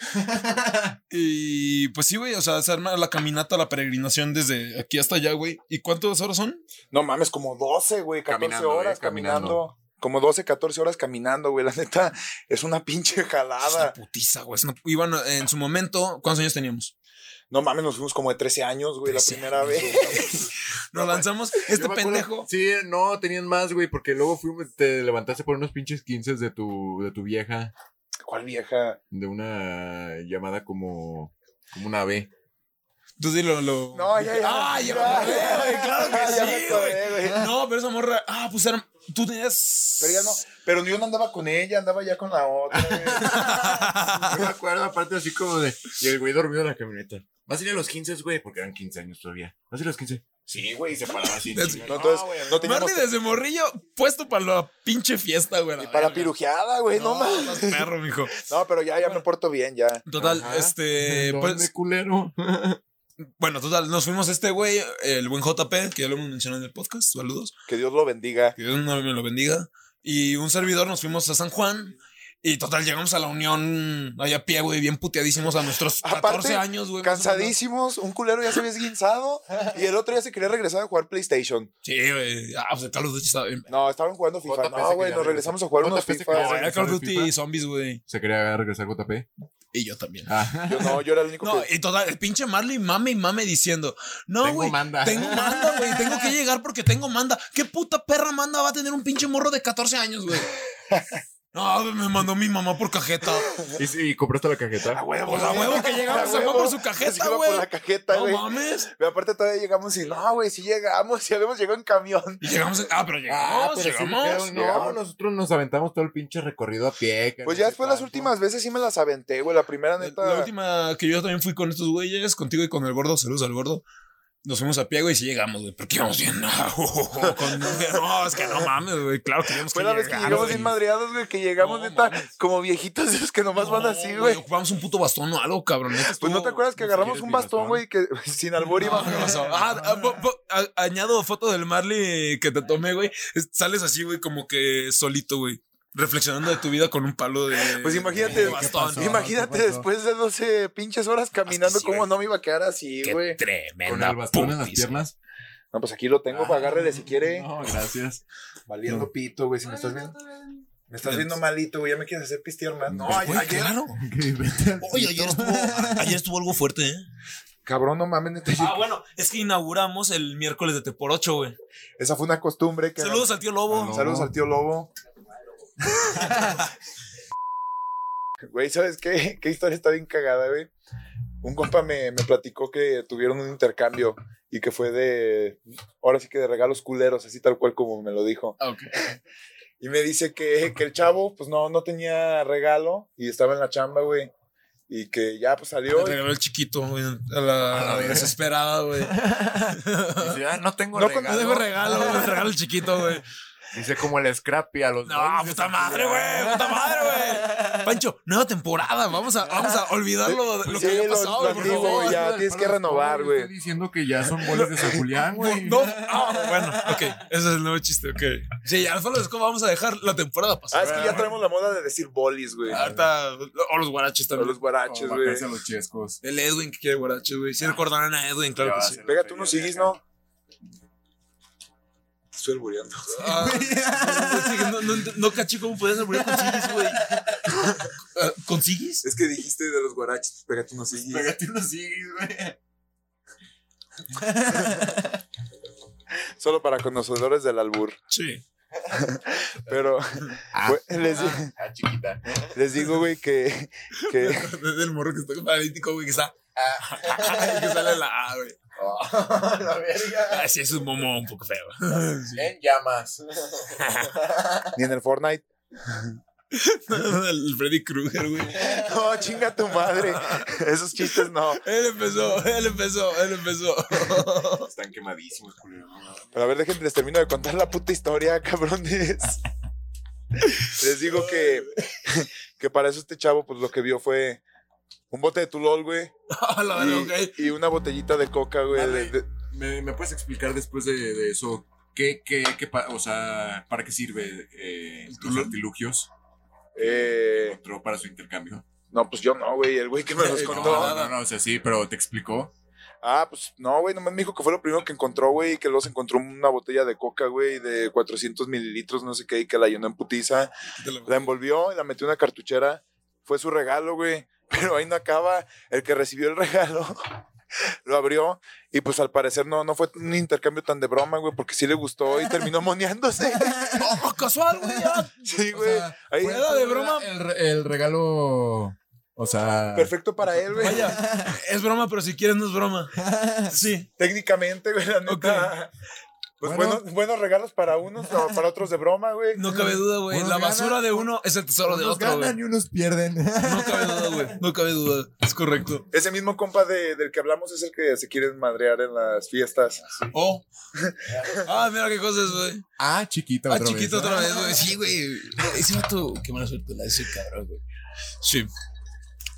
Y pues sí, güey, o sea, se arma la caminata, la peregrinación desde aquí hasta allá, güey. ¿Y cuántas horas son? No mames, como 12, güey, 14 Caminando, horas eh, caminando. caminando. Como 12, 14 horas caminando, güey. La neta, es una Es pinche una jalada. putiza, güey. es una- Iban en su momento, ¿cuántos años teníamos? No mames, nos fuimos como de 13 años, güey, la 13 primera años, vez. Nos lanzamos, Yo este me acuerdo- pendejo. Sí, no, tenían más, güey, porque luego fuimos, te levantaste por unos pinches 15 de tu, de tu vieja, ¿Cuál vieja? de una llamada como, como una B. Tú dilo, lo. No, ya, ya. Ah, ya me Ya, acordé, ya, güey, claro que ya, ya me sí, acordé, güey. No, pero esa morra. Ah, pues era- tú tenías. Pero ya no, pero yo no andaba con ella, andaba ya con la otra. güey. Yo me acuerdo, aparte, así como de. Y el güey dormido en la camioneta. ¿Vas a ir a los 15, güey? Porque eran 15 años todavía. ¿Vas a ir a los 15? Sí, güey, y se paraba así. Es- chinga. no, entonces, güey, a ver, no tenía- teníamos- Marley desde morrillo puesto para la pinche fiesta, güey. la Y para verga. pirujeada, güey, no, mames. más perro, mijo. No, pero ya, ya me porto bien, ya. Total, Ajá. este, ¿Dónde, pues, culero? bueno, total, nos fuimos este güey, el buen JP, que ya lo hemos mencionado en el podcast, saludos, Que Dios lo bendiga. que Dios no me lo bendiga, y un servidor nos fuimos a San Juan, y total, llegamos a la unión ahí a pie, güey, bien puteadísimos a nuestros 14 Aparte, años, güey. más o menos. Cansadísimos, un culero ya se había esguinzado y el otro ya se quería regresar a jugar PlayStation. Sí, güey, ah, pues el Call of Duty estaba bien. No, estaban jugando FIFA. JP se No, quería güey, nos regresar. regresamos a jugar unos JP se FIFA. quería Era Call of Duty FIFA? y zombies, güey, ¿Se quería regresar JP? y yo también. Ah, Yo no, yo era el único No, que... y total, el pinche Marley mame y mame diciendo, no, Tengo güey, manda. tengo manda, güey, tengo que llegar porque tengo manda. ¿Qué puta perra manda va a tener un pinche morro de 14 años, güey? No, me mandó mi mamá por cajeta. ¿Y, si- y compraste la A cajeta? huevo, Pues a huevo que llegamos, a se fue huevo. por su cajeta, Se iba güey. por la cajeta, No güey. mames. Pero aparte todavía llegamos y no, güey, sí llegamos, sí habíamos llegado en camión. Y llegamos, en- ah, pero llegamos, llegamos. no, llegamos. nosotros nos aventamos todo el pinche recorrido a pie. que Pues no ya sé después las cuánto. últimas veces sí me las aventé, güey. La primera neta. Eh, La última que yo también fui con estos güeyes, contigo y con el gordo, saludos al gordo. Nos fuimos a pie, güey, y sí llegamos, güey, porque íbamos bien. No, con- no, es que no mames, güey, claro que íbamos Fue la vez que llegamos güey. bien madreados, güey, que llegamos No, neta mames. como viejitos de esos que nomás van No, así, güey. Ocupamos un puto bastón o algo, cabrón. neta, Pues no estuvo- te acuerdas que no sé agarramos quién es un mi bastón, bastón. güey, que sin albur iba. No, ¿qué pasó? Ah, ah, po- po- a- añado foto del Marley que te tomé, güey. Es- Sales así, güey, como que solito, güey. Reflexionando de tu vida con un palo de. Pues imagínate, de bastón. pasó? Imagínate ¿Qué pasó? después de 12 pinches horas caminando, sí, cómo güey. no me iba a quedar así, Qué güey. tremenda. Con el bastón en las putiza. piernas. No, pues aquí lo tengo, para agárrele Ah, si quiere. No, gracias. Valiendo pito, güey, si me Todavía estás no, viendo. todavía no. Me estás viendo malito, güey, ya me quieres hacer pistear más. No, Pues, Güey, ayer. claro. Oye, ayer estuvo, ayer estuvo algo fuerte, ¿eh? Cabrón, no mames, neta. Ah, bueno, es que inauguramos el miércoles de Te por 8, güey. Esa fue una costumbre que. Saludos al tío Lobo. Aló. Saludos al tío Lobo. Güey, ¿sabes qué? ¿Qué historia está bien cagada, güey? Un compa me, me platicó que tuvieron un intercambio y que fue de, ahora sí que de regalos culeros, así tal cual como me lo dijo. Ah, ok. Y me dice que, que el chavo, pues no, no tenía regalo y estaba en la chamba, güey. Y que ya, pues salió. Le regaló el chiquito, güey. A la, a la desesperada, güey. Dice, ah, no tengo No con- No regalo. tengo regalo, güey. Regalo el chiquito, güey. Dice como el Scrappy a los No, bolis de puta San madre, Julián. güey. Puta madre, güey. Pancho, nueva temporada. Vamos a, vamos a olvidar lo, lo que Sí, había lo- pasado, lo güey, por antiguo, favor. güey, ya Del tienes que palo renovar, azul, güey. Estoy diciendo que ya son bolis de San Julián, güey. No, ah, bueno, ok. Ese es el nuevo chiste, ok. Sí, al Falo de Escoba vamos a dejar la temporada Ah, pasada. es que ya traemos la moda de decir bolis, güey. Ahorita, o los guaraches O también. los O guaraches, güey. bajarse a los chescos. El Edwin que quiere guaraches, güey. Si recordarán Ah. a Edwin, claro Ya que va a sí. ser la Pégate unos feria de siguis, acá. ¿no? Estoy albureando. Ah, es que no, no, no caché cómo podías morir con Sigis, güey. Ah, ¿Con Sigis? Es que dijiste de los guaraches, pégate unos siguis. Pégate unos siguis, güey. Solo para conocedores del albur. Sí. Pero güey, les, Ah, chiquita. les digo, güey, que, que Del morro que está paralítico, güey, que está. que sale la A, güey. la verga. Ah, sí, es un momo un poco feo. En llamas. ni en el Fortnite. el Freddy Krueger, güey. No, chinga tu madre. Esos chistes no. Él empezó, él empezó, él empezó. Están quemadísimos, culero. Pero a ver, déjenme, les termino de contar la puta historia, cabrones. Les digo que, que para eso este chavo, pues lo que vio fue un bote de Tulol, güey. A Ah, Ah, la verga, ok. Y, y una botellita de coca, güey. Dale. de- de- ¿Me, me puedes explicar después de, de eso qué, qué, qué, pa- o sea, para qué sirve eh, los artilugios que eh, encontró para su intercambio? no, pues yo no, güey. El güey que me los Eh, contó. No, no, no, o sea, sí, pero te explicó. Ah, pues no, güey, nomás me dijo que fue lo primero que encontró, güey, y que luego se encontró una botella de coca, güey, de 400 mililitros, no sé qué, y que la llenó en putiza. La envolvió y la metió en una cartuchera. Fue su regalo, güey. Pero ahí no acaba. El que recibió el regalo lo abrió y pues al parecer no, no fue un intercambio tan de broma, güey, porque sí le gustó y terminó moneándose. Oh, casual, güey. ah. Sí, O güey. sea, ahí- fue- Fuera de fue broma. El, re- el regalo, o sea... Perfecto para él, güey. Vaya, es broma, pero si quieres no es broma. Sí. Técnicamente, güey, la neta. Pues bueno. buenos, buenos regalos para unos, o para otros de broma, güey. No cabe duda, güey. Unos La basura ganan, de uno es el tesoro de unos otro, güey. ganan y unos pierden. No cabe duda, güey. No cabe duda. Es correcto. Ese mismo compa de- del que hablamos es el que se quiere madrear en las fiestas. Oh. Ah, mira qué cosas, güey. ah, chiquito Ah, otra vez. chiquito otra vez, güey. Sí, güey. Ese vato, qué mala suerte la de ese cabrón, güey. Sí.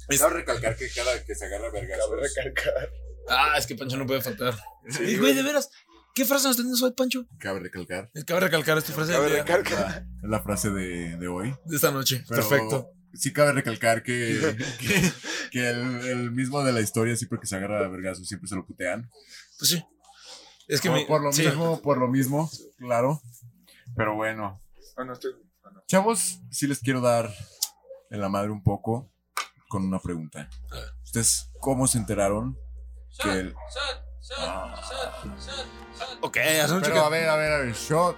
Quiero recalcar que cada que se agarra vergas. pues. Cabe recalcar. Ah, es que Pancho no puede faltar. Sí, Y, güey, de veras. ¿Qué frase nos tenemos hoy, Pancho? Eh, Cabe recalcar. Cabe recalcar esta frase Cabe del día, recalcar. Es la frase de, de hoy. de esta noche. Pero Perfecto. Sí cabe recalcar que, que, que el, el mismo de la historia, siempre que se agarra a vergazos, siempre se lo putean. Pues sí. Es que por, mi- por lo sí. mismo, por lo mismo, claro. Pero bueno, Ah, no, estoy- ah, no. chavos, sí les quiero dar en la madre un poco con una pregunta. ¿Ustedes cómo se enteraron que el... Ok, hace mucho Pero que- a ver, a ver, a ver, shot.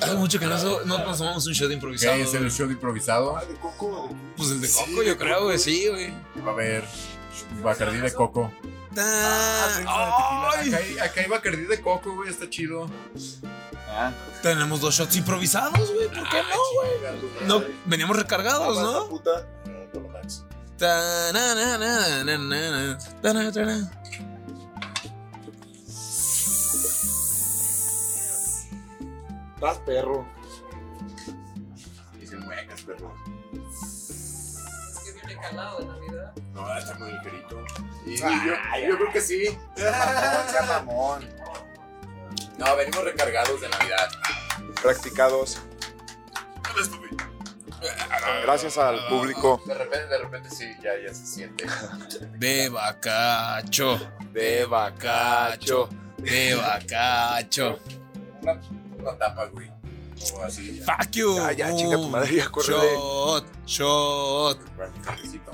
Hace mucho que no, so- no nos tomamos un shot improvisado. ¿Qué es el güey. shot improvisado? Ah, de coco. Pues el de coco, yo creo, güey. Sí, güey. Va a haber Bacardí de coco. Ah, Ah, Ay. hay, acá hay Bacardí de coco, güey, está chido. Tenemos dos shots improvisados, güey. ¿Por qué no? No, veníamos recargados, Ah, ¿no? basta, puta. Ta-na-na-na-na-na-na, ta-na-na-na. Estás perro. Dicen muecas, perro. Es que viene calado de Navidad. No, está muy ligerito. Y yo, yo creo que sí. Mamón, sea mamón. No, venimos recargados de Navidad. Practicados. Gracias al público De repente, de repente sí, ya, ya se siente. De bacacho, de bacacho, de bacacho. Una, una tapa, güey. O así, ya. Fuck you. Ya, ya, chinga tu madre, uh, ya, córrele. Shot, shot. Un cafecito.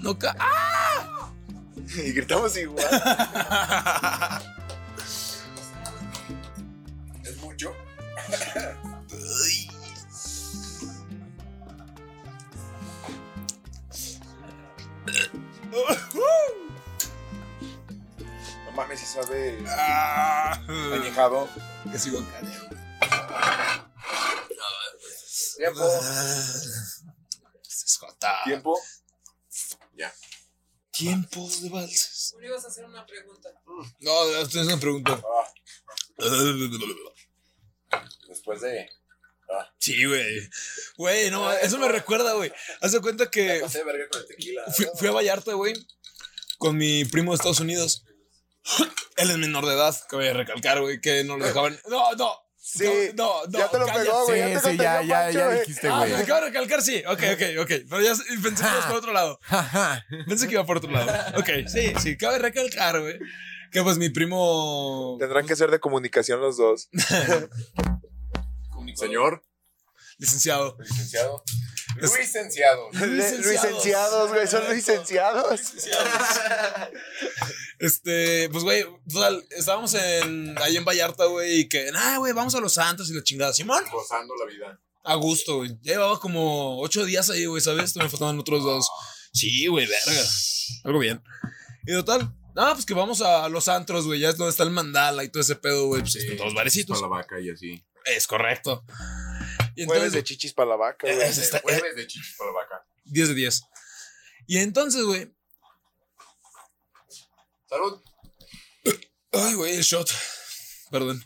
No ca- ¡Ah! y gritamos igual. Es mucho. No mames, se sabe Ah. añejado. Que sigo acá. Tiempo. pues. Es jota. Tiempo. Tiempos de valses. Bueno, ibas a hacer una pregunta. No, tienes una pregunta. Después de. Sí, güey. Güey, no, eso me recuerda, güey. Haz de cuenta Me que pasé de verga con el tequila. fui, Ah, fui a Vallarta, güey, con mi primo de Estados Unidos. Él es menor de edad, que voy a recalcar, güey, que no lo dejaban. No, no. Sí. No, no, no, ya te lo cállate. pegó, Sí, güey. ya te sí, ya, contestó ya, Pancho, ya güey. dijiste, Ah, güey. me acabo de recalcar, sí. Ok, ok, ok. Pero ya s- pensé que ibas por otro lado. Pensé que iba por otro lado. Ok, sí, sí. Cabe recalcar, güey. Que pues mi primo. Tendrán que ser de comunicación los dos. Señor, Licenciado. licenciado. Es- Licenciado. Licenciados, Licenciados. güey. Son licenciados. Este, pues, güey, total, estábamos en, ahí en Vallarta, güey, y que, nah, güey, vamos a Los Santos y la chingada. Simón, Gozando la vida. a gusto, güey. Ya llevaba como ocho días ahí, güey, ¿sabes? Me faltaban otros dos. Sí, güey, verga. Algo bien. Y total, ah, pues que vamos a Los Antros, güey, ya es donde está el mandala y todo ese pedo, güey. Pues, están todos los Para barecitos. la vaca y así. Es correcto. Y Jueves de entonces, chichis para la vaca, güey. Es- está- Jueves de chichis para la vaca. 10 de 10. Y entonces, güey, Salud. Ay, güey, el shot. Perdón.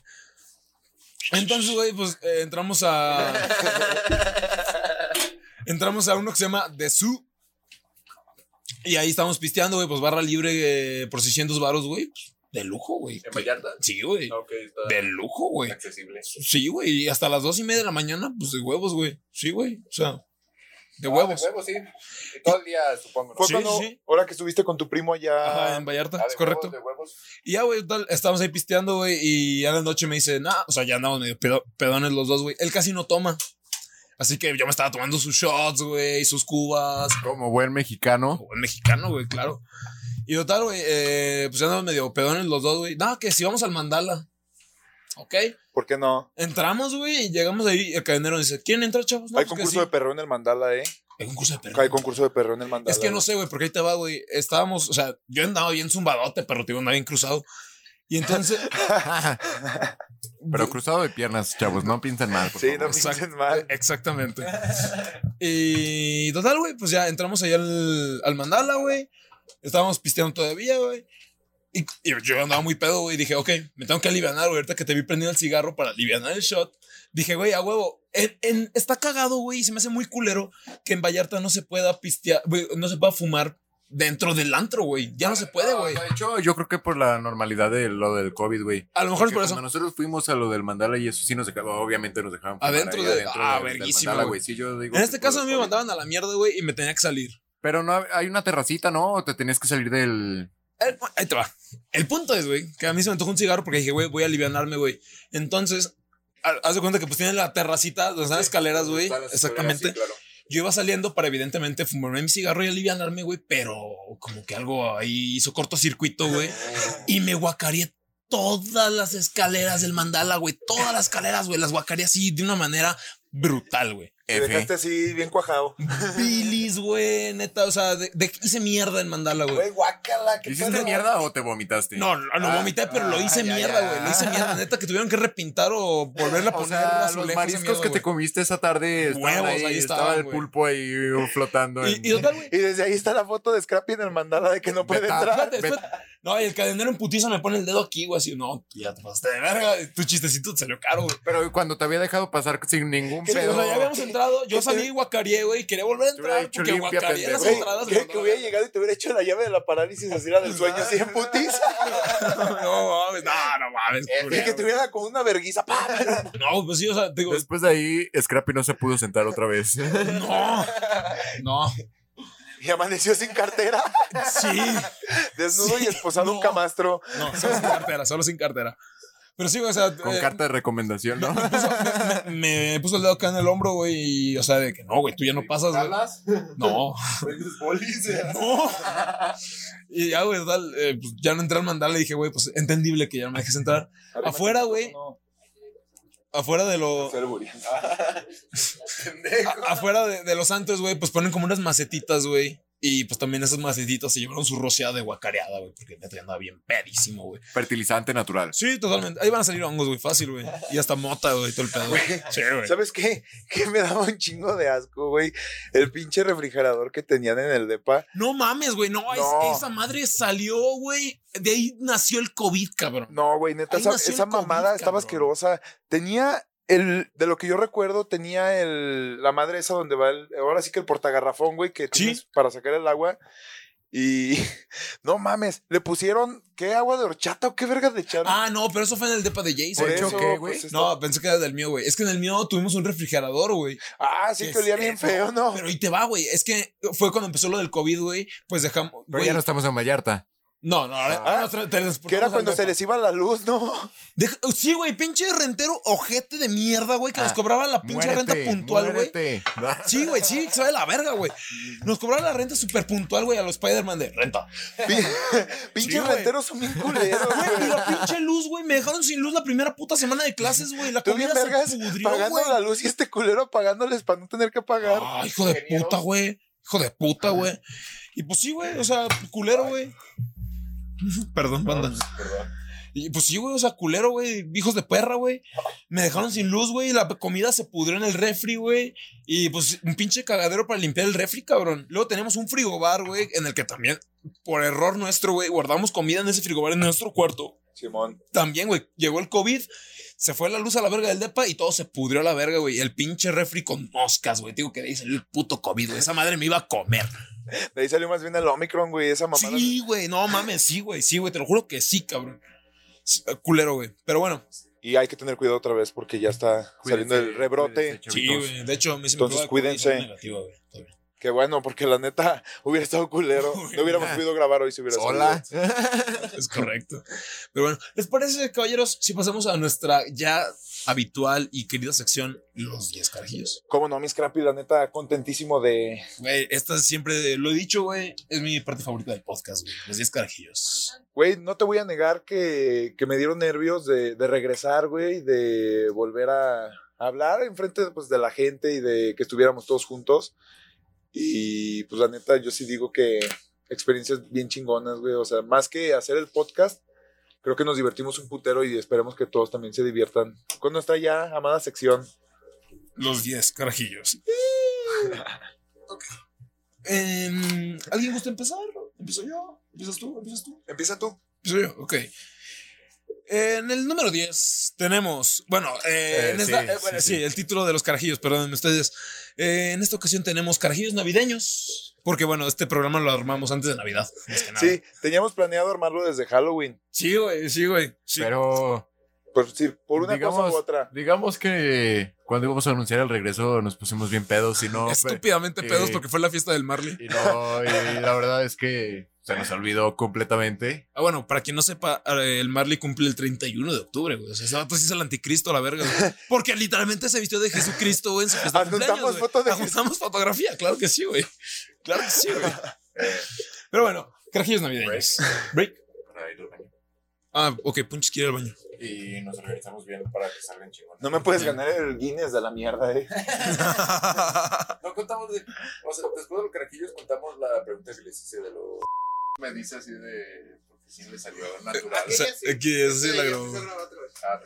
Entonces, güey, pues eh, entramos a. entramos a uno que se llama The Zoo. Y ahí estamos pisteando, güey, pues barra libre eh, por 600 varos, güey. De lujo, güey. ¿En Vallarta? Ah, Sí, güey. Ok, está De lujo, güey. accesible. Sí, güey. Y hasta las dos y media de la mañana, pues de huevos, güey. Sí, güey. O sea, de huevos. Ah, De huevos, sí. Y todo el día, supongo. ¿no? Fue Sí, cuando, sí. ahora que estuviste con tu primo allá. Ajá, en Vallarta, Ah, de es correcto. huevos, De huevos. Y ya, güey, tal, estábamos ahí pisteando, güey, y ya en la noche me dice, nah, o sea, ya andamos medio pedo- pedones los dos, güey. Él casi no toma. Así que yo me estaba tomando sus shots, güey, sus cubas. Como buen mexicano. Buen mexicano, güey, claro. Y total, güey, eh, pues ya andamos medio pedones los dos, güey. Nada, que si vamos al mandala. Ok. ¿Por qué no? Entramos, güey, y llegamos ahí. y El cadenero dice, ¿quieren entrar, chavos? No, Hay pues que sí". concurso de perro en el mandala, ¿eh? Hay concurso de perro. Hay concurso de perreo en el mandado. Es que no sé, güey, porque ahí te va, güey. Estábamos, o sea, yo andaba bien zumbadote, pero te digo, andaba bien cruzado. Y entonces. Pero cruzado de piernas, chavos, no piensen mal. por Sí, favor. no piensen Eh, mal. Ah, Exactamente. Y total, güey, pues ya entramos ahí al, al mandala, güey. Estábamos pisteando todavía, güey. Y, y yo andaba muy pedo, güey. Dije, ok, me tengo que aliviar, güey. Ahorita que te vi prendiendo el cigarro para aliviar el shot. Dije, güey, a huevo. en- en- está cagado, güey. Y se me hace muy culero que en Vallarta no se pueda pistear, güey, no se pueda fumar dentro del antro, güey. Ya no se puede, güey. De hecho, yo creo que por la normalidad de lo del COVID, güey. A lo mejor es Porque por eso. Cuando nosotros fuimos a lo del mandala y eso sí nos dejaban, obviamente nos dejaban. fumar Adentro ahí de- ah, del- del verguísima, mandala, güey. Sí, yo digo En que este por caso el a mí me COVID. mandaban a la mierda, güey, y me tenía que salir. Pero no, hay una terracita, ¿no? O te tenías que salir del. El pu- Eh, ahí te va. El punto es, güey, que a mí se me antojó un cigarro porque dije, güey, voy a alivianarme, güey. Entonces, ha- haz de cuenta que pues tienen la terracita donde están las escaleras, güey. Están las Exactamente. escaleras, sí, Yo iba saliendo para evidentemente fumarme mi cigarro y alivianarme, güey, pero como que algo ahí hizo cortocircuito, güey. Ah. Y me guacareé todas las escaleras del mandala, güey. Todas las escaleras, güey. Las guacareé así de una manera brutal, güey. Te dejaste así bien cuajado. Bilis, güey, neta. O sea, de- de- hice mierda en mandala, güey. Güey, guácala. ¿qué ¿Hiciste pedo? mierda o te vomitaste? No, no, lo Ah, vomité, pero lo hice ah, ya, mierda, ya. güey. Lo hice mierda, neta, que tuvieron que repintar o volverla a O poner. sea, azulejos, los esa mariscos mierda, que güey. te comiste esa tarde estaban Huevos, ahí, ahí estaba estaban, el güey. pulpo ahí uh, flotando. en- Y, y total, güey. Y desde ahí está la foto de Scrappy en el mandala de que no puede Veta- entrar. espérate, espérate. No, y el cadenero en putiza me pone el dedo aquí, güey, así, no, ya te pasaste de verga, tu chistecito te salió caro, güey. Pero cuando te había dejado pasar sin ningún ¿Qué te- O pedo. sea, ya habíamos entrado, yo ¿Qué salí te- y guacareé, güey, y quería volver a Te hubiera entrar dicho porque limpia, guacareé las Güey, pendejo. entradas. que, que hubiera llegado y te hubiera hecho la llave de la parálisis así la del sueño, así en putiza. No, mames, no, no Eh, mames, Y que culero. te hubiera con una verguiza. ¡pam! No, pues sí, o sea, digo, Después de ahí, Scrappy no se pudo sentar otra vez. no, no, Y amaneció sin cartera, sí. desnudo Sí, y esposado un no. camastro. No, solo sin cartera, solo sin cartera. Pero sí, güey, o sea, Con eh, carta de recomendación, ¿no? me puso el dedo acá en el hombro, güey, y, o sea, de que no, güey, tú ya no pasas, güey. ¿Hablas? No, Policía. no. Y ya, güey, total, eh, pues, ya no entré al mandala y dije, güey, pues entendible que ya no me dejes entrar. Afuera, güey. Afuera Ah, de lo. a- afuera de, de los santos, güey, pues ponen como unas macetitas, güey. Y pues también esas macetitas se llevaron su rociada de guacareada, güey, porque neta ya andaba bien pedísimo, güey. Fertilizante natural. Sí, totalmente. Ahí van a salir hongos, güey, fácil, güey. Y hasta mota, güey, todo el pedo. Sí, güey. ¿Sabes qué? Que me daba un chingo de asco, güey. El pinche refrigerador que tenían en el depa. No mames, güey. No, es- No. esa madre salió, güey. De ahí nació el COVID, cabrón. No, güey, neta, Ahí esa, nació el esa COVID, mamada estaba cabrón. asquerosa. Tenía el, de lo que yo recuerdo, tenía el, la madre esa donde va el, ahora sí que el portagarrafón, güey, que Sí. tienes para sacar el agua. Y no mames, le pusieron, ¿qué agua de horchata o qué verga de echar? Ah, no, pero eso fue en el depa de Jason. Por ¿de hecho eso, qué, güey? pues, está- No, pensé que era del mío, güey. Es que en el mío tuvimos un refrigerador, güey. Ah, sí, que es olía bien eso? feo, ¿no? Pero ahí te va, güey. Es que fue cuando empezó lo del COVID, güey. Pues dejamos. Pero güey, ya no estamos en Vallarta. No, no, ahora, ahora nos tra- teletransportamos Ah. Que era Pues al cuando se depa. les iba la luz, ¿no? Deja- oh, Sí, güey, pinche rentero ojete de mierda, güey, que nos Ah, cobraba la pinche renta puntual, güey. muérete. Sí, güey, sí, que se va de la verga, güey. Nos cobraban la renta súper puntual, güey, a los Spider-Man de renta. Sí, Pinches güey. renteros son bien culeros, Güey, y güey. la pinche luz, güey, me dejaron sin luz la primera puta semana de clases, güey. La Tú bien comida vergas se pudrió, pagando güey. la luz y este culero pagándoles para no tener que pagar. Ah, hijo de puta, güey. Hijo de puta, güey. Y pues sí, güey, o sea, culero, güey. Perdón, banda. pues, Y pues sí, güey, o sea, culero, güey, hijos de perra, güey. Me dejaron sin luz, güey, la comida se pudrió en el refri, güey. Y pues un pinche cagadero para limpiar el refri, cabrón. Luego tenemos un frigobar, güey, en el que también, por error nuestro, güey, guardamos comida en ese frigobar en nuestro cuarto. Simón. También, güey, llegó el COVID, se fue la luz a la verga del depa y todo se pudrió a la verga, güey. El pinche refri con moscas, güey. Digo que de ahí salió el puto COVID, güey. Esa madre me iba a comer. De ahí salió más bien el Omicron, güey, esa mamada. Sí, güey, no mames, sí, güey, sí, güey, te lo juro que sí, cabrón. Sí, eh, Culero, güey. Pero bueno, Y hay que tener cuidado otra vez porque ya está Cuídense, saliendo el cuídense, rebrote. sí, chavitos. güey. De hecho, me Entonces, cuídense. Qué bueno, porque la neta hubiera estado culero. No hubiéramos podido grabar hoy si hubiera Hola. Es correcto. Pero bueno, ¿les parece, caballeros, si pasamos a nuestra ya habitual y querida sección, los 10 carajillos? Como no, mi Scrappy, la neta, contentísimo de. Güey, esta siempre, lo he dicho, güey, es mi parte favorita del podcast, güey. Los 10 carajillos. Güey, no te voy a negar que, que me dieron nervios de, de regresar, güey, de volver a hablar enfrente pues, de la gente y de que estuviéramos todos juntos. Y pues la neta, yo sí digo que experiencias bien chingonas, güey. O sea, más que hacer el podcast, creo que nos divertimos un putero y esperemos que todos también se diviertan con nuestra ya amada sección. Los 10 carajillos. Em, ¿Alguien gusta empezar? ¿Empiezo yo? ¿Empiezas tú? ¿Empiezas tú? Empieza tú. Empiezo yo, ok. En el número 10 tenemos, bueno, eh, Eh, en sí, esta- eh, bueno, sí, sí, el título de los carajillos, perdónenme ustedes. Eh, en esta ocasión tenemos carajillos navideños, porque bueno, este programa lo armamos antes de Navidad. más que nada. Sí, teníamos planeado armarlo desde Halloween. sí, güey, sí, güey. sí. Pero Por, sí, por una cosa Digamos- u otra. digamos que cuando íbamos a anunciar el regreso nos pusimos bien pedos y no. Estúpidamente eh, pedos porque fue la fiesta del Marley. Y no, y la verdad es que se nos olvidó completamente. Ah, bueno, para quien no sepa, eh, el Marley cumple el 31 de octubre, güey. O sea, ese vato sí es el anticristo a la verga, güey. Porque literalmente se vistió de Jesucristo, güey, en su fiesta de Adjuntamos cumpleaños, güey. foto de Adjuntamos fotografía, claro que sí, güey. Claro que sí, güey. Pero bueno, carajillos navideños. Break. Para ir al baño. Ah, ok, Punch quiere ir al baño. Y nos organizamos bien para que salgan chingones. No me puedes ganar el Guinness de la mierda, eh. No contamos de. O sea, después de los carajillos contamos la pregunta que les hice de lo. Me dice así de. Porque sí le salió natural. O sea, aquí, eso sí la grabó. Ah,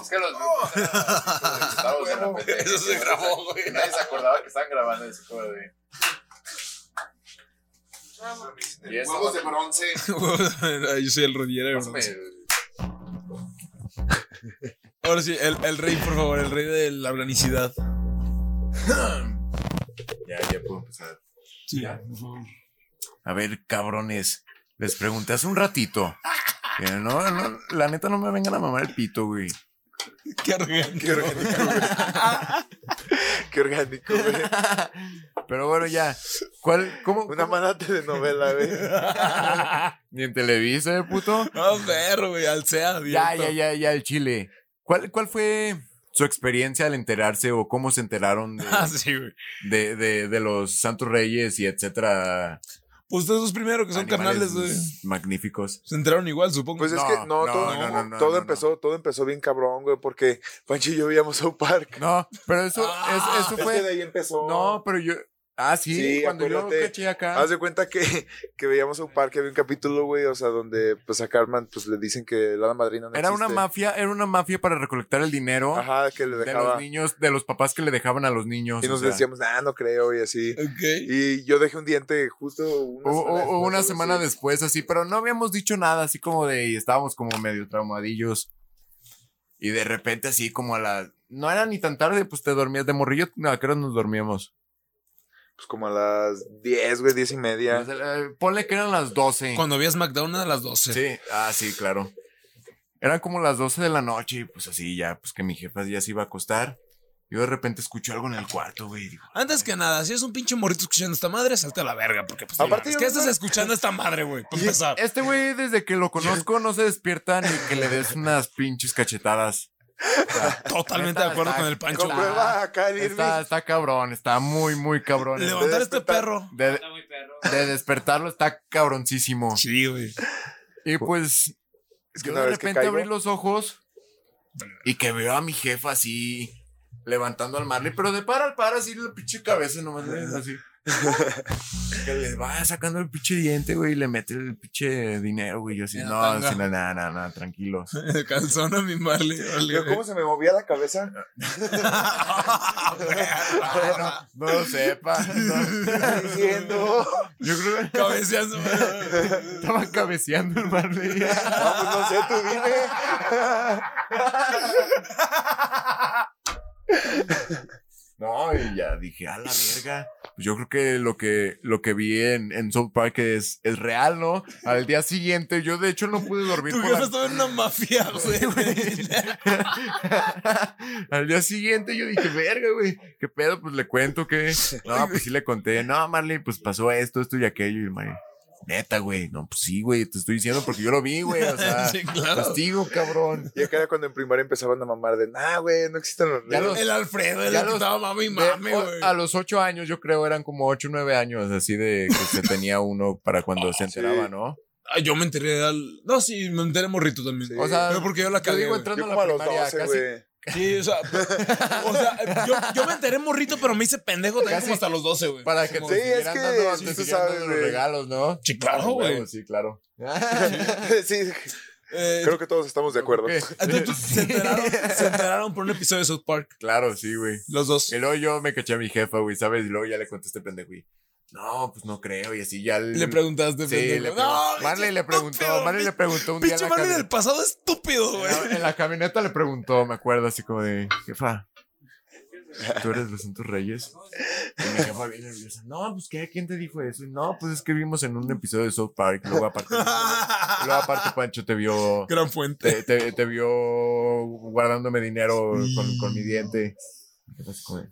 Es que los grupos eran así como de Gustavo, de repente. Eso se grabó, güey. Nadie se acordaba que estaban grabando eso como de. Y eso, Huevos de bronce. Yo soy el rodillero. güey. Ahora sí, el, el rey, por favor, el rey de la organicidad. Ya, ya puedo empezar. A ver, cabrones, les pregunté hace un ratito. Que no, no, la neta no me vengan a mamar el pito, güey. Qué arrogante. Qué orgánico, güey. Qué orgánico, güey. Pero bueno, ya. ¿Cuál? ¿Cómo? Una cómo? mala telenovela, güey. Ni en Televisa, eh, puto. No, perro, güey, al sea. Ya, directo. ya, ya, ya, el chile. ¿Cuál, cuál fue su experiencia al enterarse o cómo se enteraron de, Ah, sí, güey. de, de- de los Santos Reyes y etcétera? Pues ustedes dos primero, que son animales carnales, güey. Magníficos. Se enteraron igual, supongo. Pues es No, que no, no, no, todo, no, no, todo no, no. empezó, todo empezó bien cabrón, güey, porque Pancho y yo veíamos South Park. No, pero eso, Ah, es- eso Es que de fue. ahí empezó. No, pero yo. Ah, sí, Sí, cuando acuérdate. yo caché acá. Haz de cuenta que, que veíamos South Park, había un capítulo, güey, o sea, donde pues a Carmen pues le dicen que la hada madrina no Era una existe. mafia, era una mafia para recolectar el dinero Ajá, que le de los dejaba. niños, de los papás que le dejaban a los niños. Y o nos sea. decíamos, ah, no creo, y así. Ok. Y yo dejé un diente justo una O, o- o una algo semana así. después, así, pero no habíamos dicho nada, así como de, y estábamos como medio traumadillos. Y de repente, así como a la. No era ni tan tarde, pues te dormías de morrillo. No, ¿a qué hora nos dormíamos? Pues como a las 10, güey, 10 y media. Pues, eh, ponle que eran las 12. Cuando vi SmackDown a las 12. Sí, ah, sí, claro. Eran como las 12 de la noche, y pues así ya, pues que mi jefa ya se iba a acostar. Yo de repente escuché algo en el cuarto, güey. y digo, Antes que nada, si es un pinche morrito escuchando esta madre, salte a la verga, porque pues. Aparte, es yo que no estás sé- escuchando esta madre, güey, para Y empezar. Este güey, desde que lo conozco, no se despierta ni que le des unas pinches cachetadas. Totalmente Neta, de acuerdo está- con el Pancho. güey. Comprueba acá el Irving. Está, está cabrón, está muy, muy cabrón. Levantar este despertar. perro. De, Está muy perro. de despertarlo está cabroncísimo. Sí, güey. Y pues, Es que yo una de vez que repente caigo- abrí los ojos y que veo a mi jefa así levantando al Marley, pero de par al par, así la pinche cabeza nomás le- así. que le va sacando el pinche diente, güey, y le mete el pinche dinero, güey. Yo así, En la no, tanga. así, no, no, no, no, tranquilo. Calzón a mi Marley. órale, Yo, güey. ¿Cómo se me movía la cabeza? Ah, no, no lo sepa. no. diciendo? Yo creo que Cabeceando, güey. estaba cabeceando el Marley. No, pues no sé, tú dime. No, y ya dije, a la verga. Pues yo creo que lo que, lo que vi en, en South Park es, es real, ¿no? Al día siguiente, yo de hecho no pude dormir. Tu por jefa la- estaba en una mafia, güey. Al día siguiente yo dije, verga, güey, ¿qué pedo? Pues le cuento que... No, pues sí le conté, no, Marley, pues pasó esto, esto y aquello. Y el Marley, neta, güey, no, pues sí, güey, te estoy diciendo porque yo lo vi, güey, o sea, Sí, claro. castigo, cabrón. Y acá era cuando en primaria empezaban a mamar de, nah, güey, no existen los Ya reyes". El Alfredo, el Ya que los- estaba mami y De- mame, o- güey. a los ocho años, yo creo, eran como ocho, nueve años, así de que se tenía uno para cuando se enteraba, ¿no? Ah, Yo me enteré al. No, sí, me enteré morrito también. Sí. O sea, Pero porque yo la yo cagué. digo güey. entrando Yo a como la a los primaria, 12, casi, güey. Sí, o sea, o sea yo, yo me enteré morrito, pero me hice pendejo también Casi. como hasta los 12, güey. Para que te Sí, es siguieran que dando, te sí se siguieran sabe, dando güey. los regalos, ¿no? Ah, Sí, claro, güey. Sí, claro. sí, Eh, creo que todos estamos de acuerdo. entonces, se enteraron, se enteraron por un episodio de South Park, Claro, sí, güey. los dos. Y luego yo me caché a mi jefa, güey, ¿sabes? Y luego ya le contesté pendejo, güey. No, pues no creo. Y así ya Le preguntaste, Sí, pendejo. le preguntó. No, Marley le preguntó, estúpido, Marley le preguntó un día. en Pinche la Marley camioneta. del pasado estúpido, güey. En la camioneta le preguntó, me acuerdo, así como de, jefa, ¿tú eres los Santos Reyes? Y mi jefa bien nerviosa, no, pues, ¿qué? ¿Quién te dijo eso? Y, no, pues, es que vimos en un episodio de South Park, luego aparte, luego aparte Pancho te vio, Gran fuente. te, te- te vio guardándome dinero con, con mi diente. Así como de,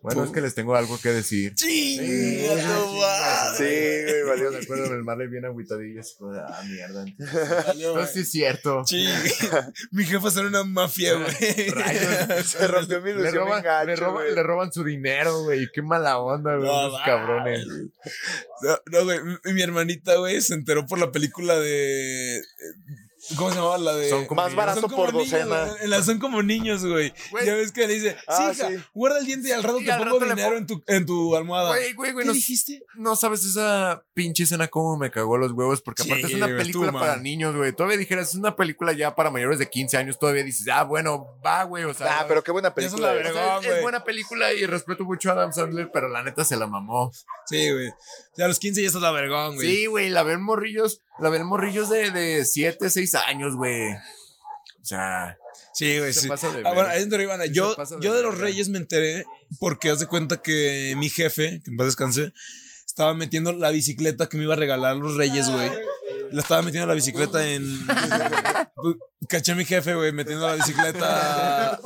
bueno, es que les tengo algo que decir. Chinga Sí, tu madre. Sí, güey, Yo valió. me acuerdo del Marley bien agüitadillo, así como de, ah, mierda. Valió, güey. Entonces sí es cierto. Chinga. Mi jefa era una mafia, güey. Rayos. Se rompió mi le, ilusión roban, en gacho, le, roban, güey. le roban su dinero, güey. Qué mala onda, güey. No, esos va, cabrones. No, no, güey. Mi, mi hermanita, güey, se enteró por la película de. eh, ¿Cómo se llamaba? La de. Son como Más niños. barato Son como por niños, docena. güey, en la son como niños, güey. Güey. Ya ves que le dice, sí, Ah, hija, sí. guarda el diente y al rato Y te al pongo rato le dinero en, tu, en tu almohada. Güey, güey, güey. ¿Qué No, dijiste? no sabes esa pinche escena cómo me cagó los huevos. Porque Sí, aparte es una güey, película estuvo para mal. niños, güey. Todavía dijeras, es una película ya para mayores de 15 años. Todavía dices, ah, bueno, va, güey. O sea, Ah, pero qué buena Ya se película. la es. o sea, vergón, es, güey. buena película y respeto mucho a Adam Sandler, pero la neta se la mamó. Sí, güey. O sea, a los 15 ya estás la vergón, güey. Sí, güey, la ven morrillos, la ven morrillos de, de 7, 6 años, güey. O sea, Sí, güey, Se sí. pasa de Ah, bueno, verga. ahí es donde iban a- Sí, Yo, este, se pasa de yo de los verga. Reyes me enteré porque haz de cuenta que mi jefe, que en paz descanse, estaba metiendo la bicicleta que me iba a regalar los Reyes, güey. La estaba metiendo la bicicleta en. Caché a mi jefe, güey, metiendo la bicicleta.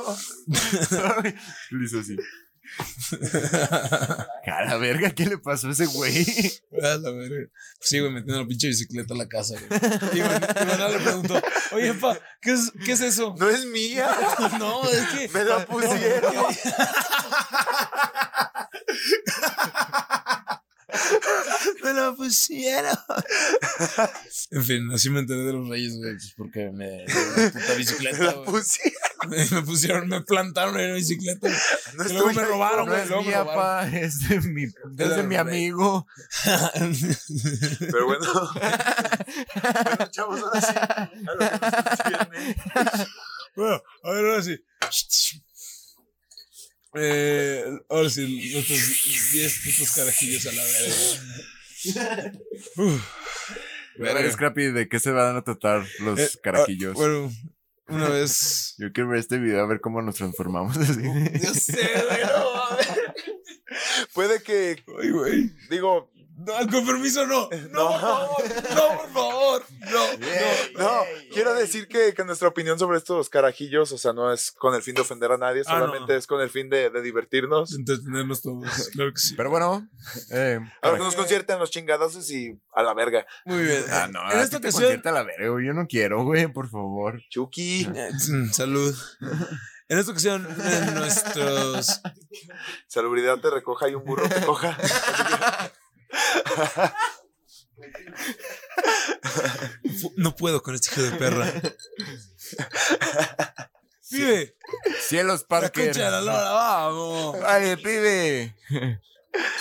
Lo hizo así. Cara verga, ¿qué le pasó a ese güey? A la verga. Pues sí, güey, metiendo la pinche bicicleta a la casa, güey. Y Iván- Ivana le preguntó, oye, pa, ¿qué es, qué es eso? No es mía. No, es que. Me la pusieron. Me lo pusieron. En fin, así me enteré de los reyes, güey. pues, porque me. me puta Me bicicleta, la güey. pusieron. Me pusieron, me plantaron en la bicicleta. güey. No es Y luego me tuya, robaron, No güey. es luego me mi robaron. apa, es de mi, es De la de mi rey. amigo. Pero bueno. bueno, chavos, ahora sí. a lo que nos concierne. Bueno, a ver, ahora sí. Eh, ahora sí, nuestros 10 putos carajillos a la verga. Uf. A ver, Scrappy, ¿de qué se van a tratar los Eh, ah, carajillos? Bueno, una vez. Yo quiero ver este video a ver cómo nos transformamos. así. Yo sé, güey, no mames. Puede que, Ay, güey. digo, No, con permiso, no. No, No. por favor. No, por favor. No. No, quiero decir que, que nuestra opinión sobre estos carajillos, o sea, no es con el fin de ofender a nadie, Ah, no. solamente es con el fin de, de divertirnos. Entretenernos todos. Claro que sí. Pero bueno, eh, A ver, que nos concierten los chingadazos y a la verga. Muy bien. ah, no, eh, en a esta ti te ocasión. convierte a la verga, güey, Yo no quiero, güey, por favor. Chucky. Mm, Salud. En esta ocasión, en nuestros. Salubridad te recoja y un burro te coja. Fu- No puedo con este hijo de perra. Pibe, Cielos la Parker. concha de la lora, vamos. Vale, pibe.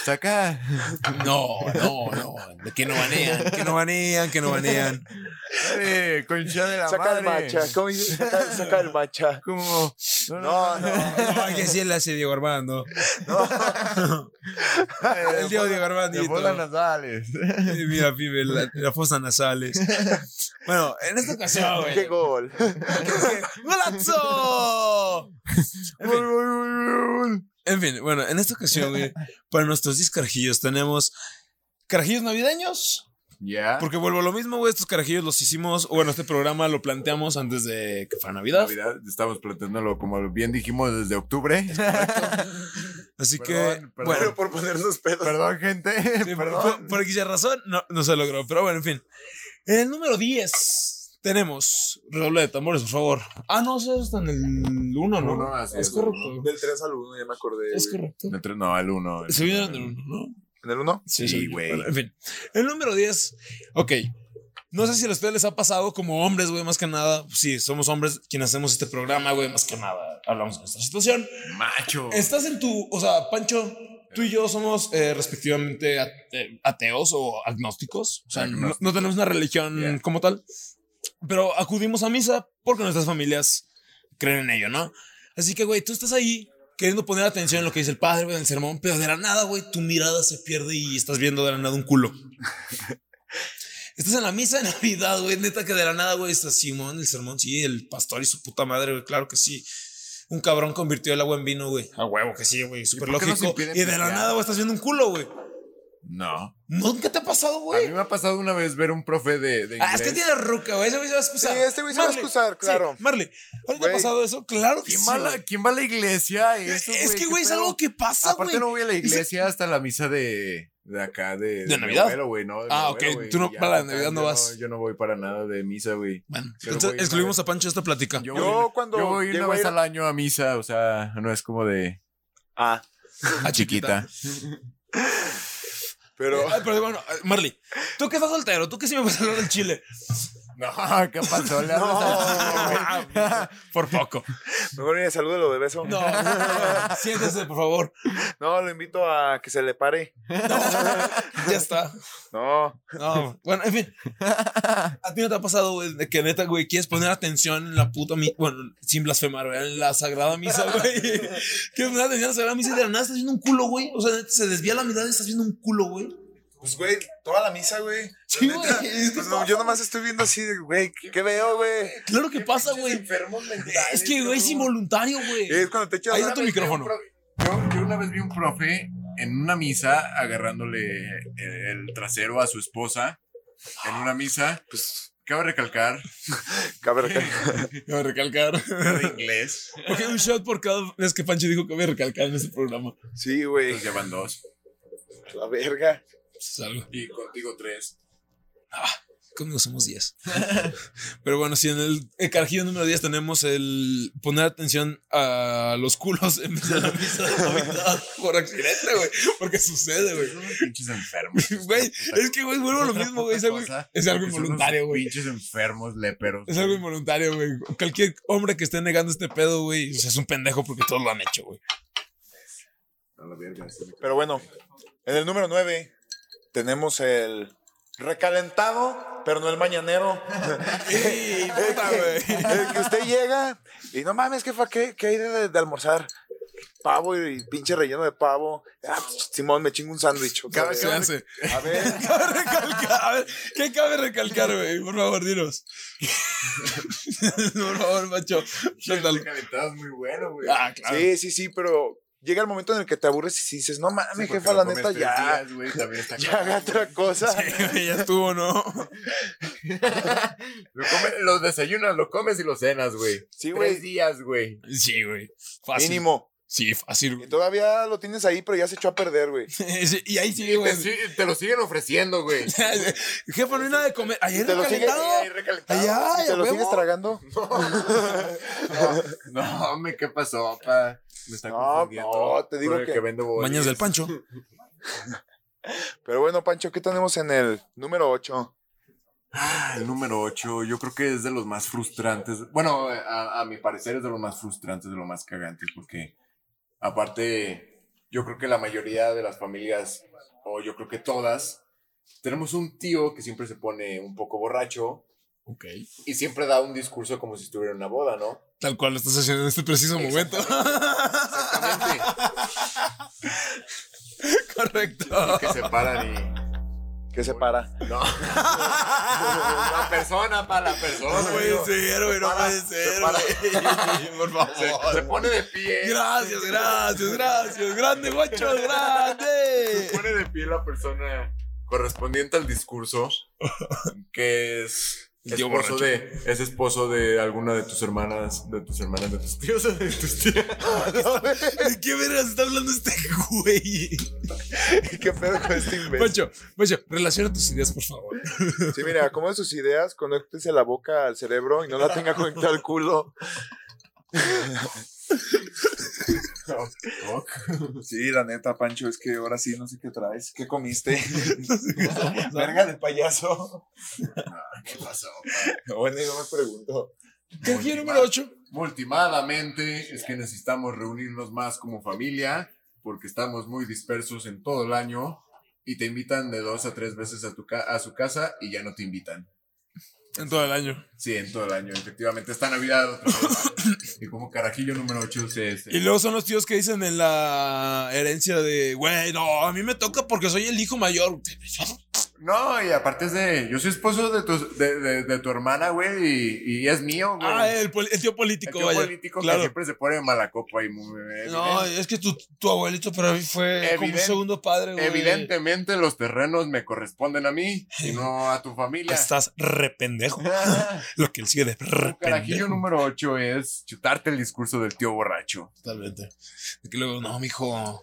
Saca. No, no, no. ¿De qué no banean? Que no banean, que no banean. Dale, concha de la Saca el madre. macha. ¿Cómo dice? Saca, saca el macha. Como. No, No, no. Ay, que sí le hace Diego Armando. El Diego Diego Armandito. De bolas nasales. Eh, Mira, pibe, la, la fosa nasales. Bueno, en esta ocasión, güey. ¡Qué gol! ¡Golazo! En fin, en fin, bueno, en esta ocasión, güey, para nuestros 10 carajillos tenemos carajillos navideños. Ya. Porque vuelvo a lo mismo, güey, estos carajillos los hicimos, o bueno, este programa lo planteamos antes de que fuera Navidad. Navidad, estamos planteándolo como bien dijimos desde octubre. Así Perdón, que, perdón. bueno, por ponernos pedos. Perdón, gente. sí, por, por- Perdón. por aquella razón no, no se logró, pero bueno, en fin. En el número 10 tenemos redoble de tambores, por favor. Ah, no, eso está en el 1, ¿no? Uno, así es es, correcto. Del 3 al 1, ya me acordé. Es güey. correcto. El tre- No, el uno. Se vieron en el 1, ¿no? ¿En el 1? Sí, güey. En fin, el número 10. Ok. No sé si a ustedes les ha pasado como hombres, güey, más que nada. Sí, somos hombres quienes hacemos este programa, güey, más que nada. Hablamos de nuestra situación. Macho. Estás en tu, o sea, Pancho, tú y yo somos eh, respectivamente ate- ateos o agnósticos. O sea, no, no tenemos una religión Yeah. como tal, pero acudimos a misa porque nuestras familias creen en ello, ¿no? Así que, güey, tú estás ahí queriendo poner atención en lo que dice el padre, güey, en el sermón, pero de la nada, güey, tu mirada se pierde y estás viendo de la nada un culo. Estás en la misa de Navidad, güey. Neta que de la nada, güey, está Simón, el sermón, sí, el pastor y su puta madre, güey. Claro que sí. Un cabrón convirtió el agua en vino, güey. A huevo que sí, güey. Súper por qué nos lógico. impiden Y de la pistear? nada, güey, estás viendo un culo, güey. No. ¿Nunca te ha pasado, A mí güey? me ha pasado una vez ver un profe de, de Ah, es que inglés. tiene ruca, güey. Ese güey se va a excusar. Sí, este güey se va a Marley, excusar, claro. Sí, Marley, ¿a ti te ha Güey. pasado eso? Claro que ¿Quién, sí. va a güey. la, quién va a la iglesia? y eso, Es que, ¿Qué güey, es pedo? algo que pasa, Aparte güey. no voy a la Ese- iglesia hasta la misa de, de acá, de... mi Navidad? abuelo, güey, no, de mi Ah, abuelo, ok, güey, tú no- y ya, para la total, Navidad no yo vas. yo no voy para nada de misa, güey. Bueno, Pero entonces voy una excluimos vez. a Pancho de esta plática. Yo, Yo voy- cuando yo voy una llego a vez ir- al año a misa, o sea, no es como de... Ah, A chiquita. pero. Ay, pero bueno, eh, Marley, tú que estás soltero, tú que sí me vas a hablar del chile. No, ¿qué pasó? Le hablas al chile, güey. Por poco. Mejor ni saludo lo de beso. Ah, No, siéntese, por favor. No, lo invito a que se le pare. Ya está. No. No, bueno, en fin. ¿A ti no te ha pasado, güey, de que neta, güey, quieres poner atención en la puta misa? Bueno, sin blasfemar, güey, en la sagrada misa, güey. Quieres poner atención en la sagrada misa y de la nada estás viendo un culo, güey. O sea, neta, se desvía la mirada y estás viendo un culo, güey. Pues, güey, toda la misa, güey. Sí, La neta, güey, es que pues, no, yo nomás estoy viendo así, de, güey, ¿qué, qué veo, güey? Claro que pasa, güey. Enfermos Es que, güey, es involuntario, güey. Es cuando te echas. Ahí está tu micrófono. Yo, yo una vez vi un profe en una misa agarrándole el, el trasero a su esposa en una misa. Pues, cabe recalcar, Cabe recalcar. Cabe recalcar. era de inglés, Ok, un shot por cada vez que Pancho dijo que voy a recalcar en este programa. Sí, güey. entonces llevan dos. La verga. Pues Es algo. Y contigo tres. Conmigo somos 10. Pero bueno, si en el, el carajillo número 10 tenemos el poner atención a los culos en vez de la misa de Navidad por accidente, güey. Porque sucede, güey. Son unos pinches enfermos. Güey, es que, güey, vuelvo a lo mismo, güey. Es algo, es algo Son unos involuntario, güey. Pinches enfermos, léperos. Es algo involuntario, güey. Cualquier hombre que esté negando este pedo, güey, o sea, es un pendejo porque todos lo han hecho, güey. A la verga, sí. Pero bueno, en el número 9 tenemos el recalentado, pero no el mañanero. puta, el, que, el que usted llega y no mames, ¿qué, fue? ¿Qué, qué hay de, de almorzar? Pavo y, pinche relleno de pavo. Ah, pues, Simón, me chingo un sándwich. otra Cabe- vez. cabe- Véanse. A ver, Cabe recalcar, a ver, ¿qué cabe recalcar, güey? Por favor, dinos. Por favor, macho. El calentado es muy bueno, güey. Ah, claro. sí, sí, sí, pero llega el momento en el que te aburres y dices, no mames, Porque jefa, lo la comes neta, tres ya. días, güey, también está Ya haga otra cosa. Sí, güey, ya estuvo, ¿no? Lo, come- lo desayunas, lo comes y lo cenas, güey. Sí, Tres güey. días, güey. Sí, güey. Fácil. Mínimo. Sí, fácil, Y güey. todavía lo tienes ahí, pero ya se echó a perder, güey. Sí, Y ahí sigue, Pues güey. Te, sig- te lo siguen ofreciendo, güey. Jefe, no hay nada de comer. Ayer Te lo sigue- recalentado. Ahí recalentado. Allá, ¿Y ya te lo huevo. sigues tragando? No, hombre, ¿qué pasó, pa? Me está No, confundiendo. no, te digo con el que- vendo bolis. Mañas del Pancho. Pero bueno, Pancho, ¿qué tenemos en el número 8? Ah, el número 8, yo creo que es de los más frustrantes. Bueno, a, a mi parecer es de los más frustrantes, de los más cagantes, porque aparte, yo creo que la mayoría de las familias, o yo creo que todas, tenemos un tío que siempre se pone un poco borracho Ok. y siempre da un discurso como si estuviera en una boda, ¿no? Tal cual lo estás haciendo en este preciso momento. Exactamente. Correcto. que se paran y. ¿Qué se para? No. la persona, para la persona. No puede amigo. ser, güey. No Separa, puede ser, separa. güey. Por Se, se favor. pone de pie. Gracias, gracias, gracias. Grande, guacho, Se grande. pone de pie la persona correspondiente al discurso. Que es. El tío esposo borracho. de, es esposo de alguna de tus hermanas, de tus hermanas, de tus tíos, de tus tías. ¿De qué vergas está hablando este güey? ¿Qué pedo con este imbécil? Pancho, Pancho, relaciona tus ideas, por favor. Sí, mira, como sus ideas, conéctese la boca al cerebro y no la tenga conectada al culo. Sí, la neta, Pancho, es que ahora sí no sé qué traes. ¿Qué comiste? Verga de payaso. ¿Qué pasó? Bueno, yo me pregunto. Cajillo número 8. Multimadamente, es que necesitamos reunirnos más como familia porque estamos muy dispersos en todo el año y te invitan de dos a tres veces a, tu ca- a su casa y ya no te invitan. En todo el año. Sí, en todo el año, efectivamente. Está Navidad otra vez. y como carajillo número 8 se... se- Y luego son los tíos que dicen en la herencia de, güey, no, a mí me toca porque soy el hijo mayor. Ah, No, y aparte es de... Yo soy esposo de tu, de, de- de tu hermana, güey, y, y es mío, güey. Ah, el, poli- el tío El político, tío vaya. político claro. que siempre se pone mala copa y muy... No, es que tu, tu abuelito para mí fue como un Evidente- segundo padre, güey. Evidentemente los terrenos me corresponden a mí y no a tu familia. Estás rependejo. Lo que él sigue de Tu carajillo rependejo. número 8 es chutarte el discurso del tío borracho. Totalmente. Y que luego, no, mijo.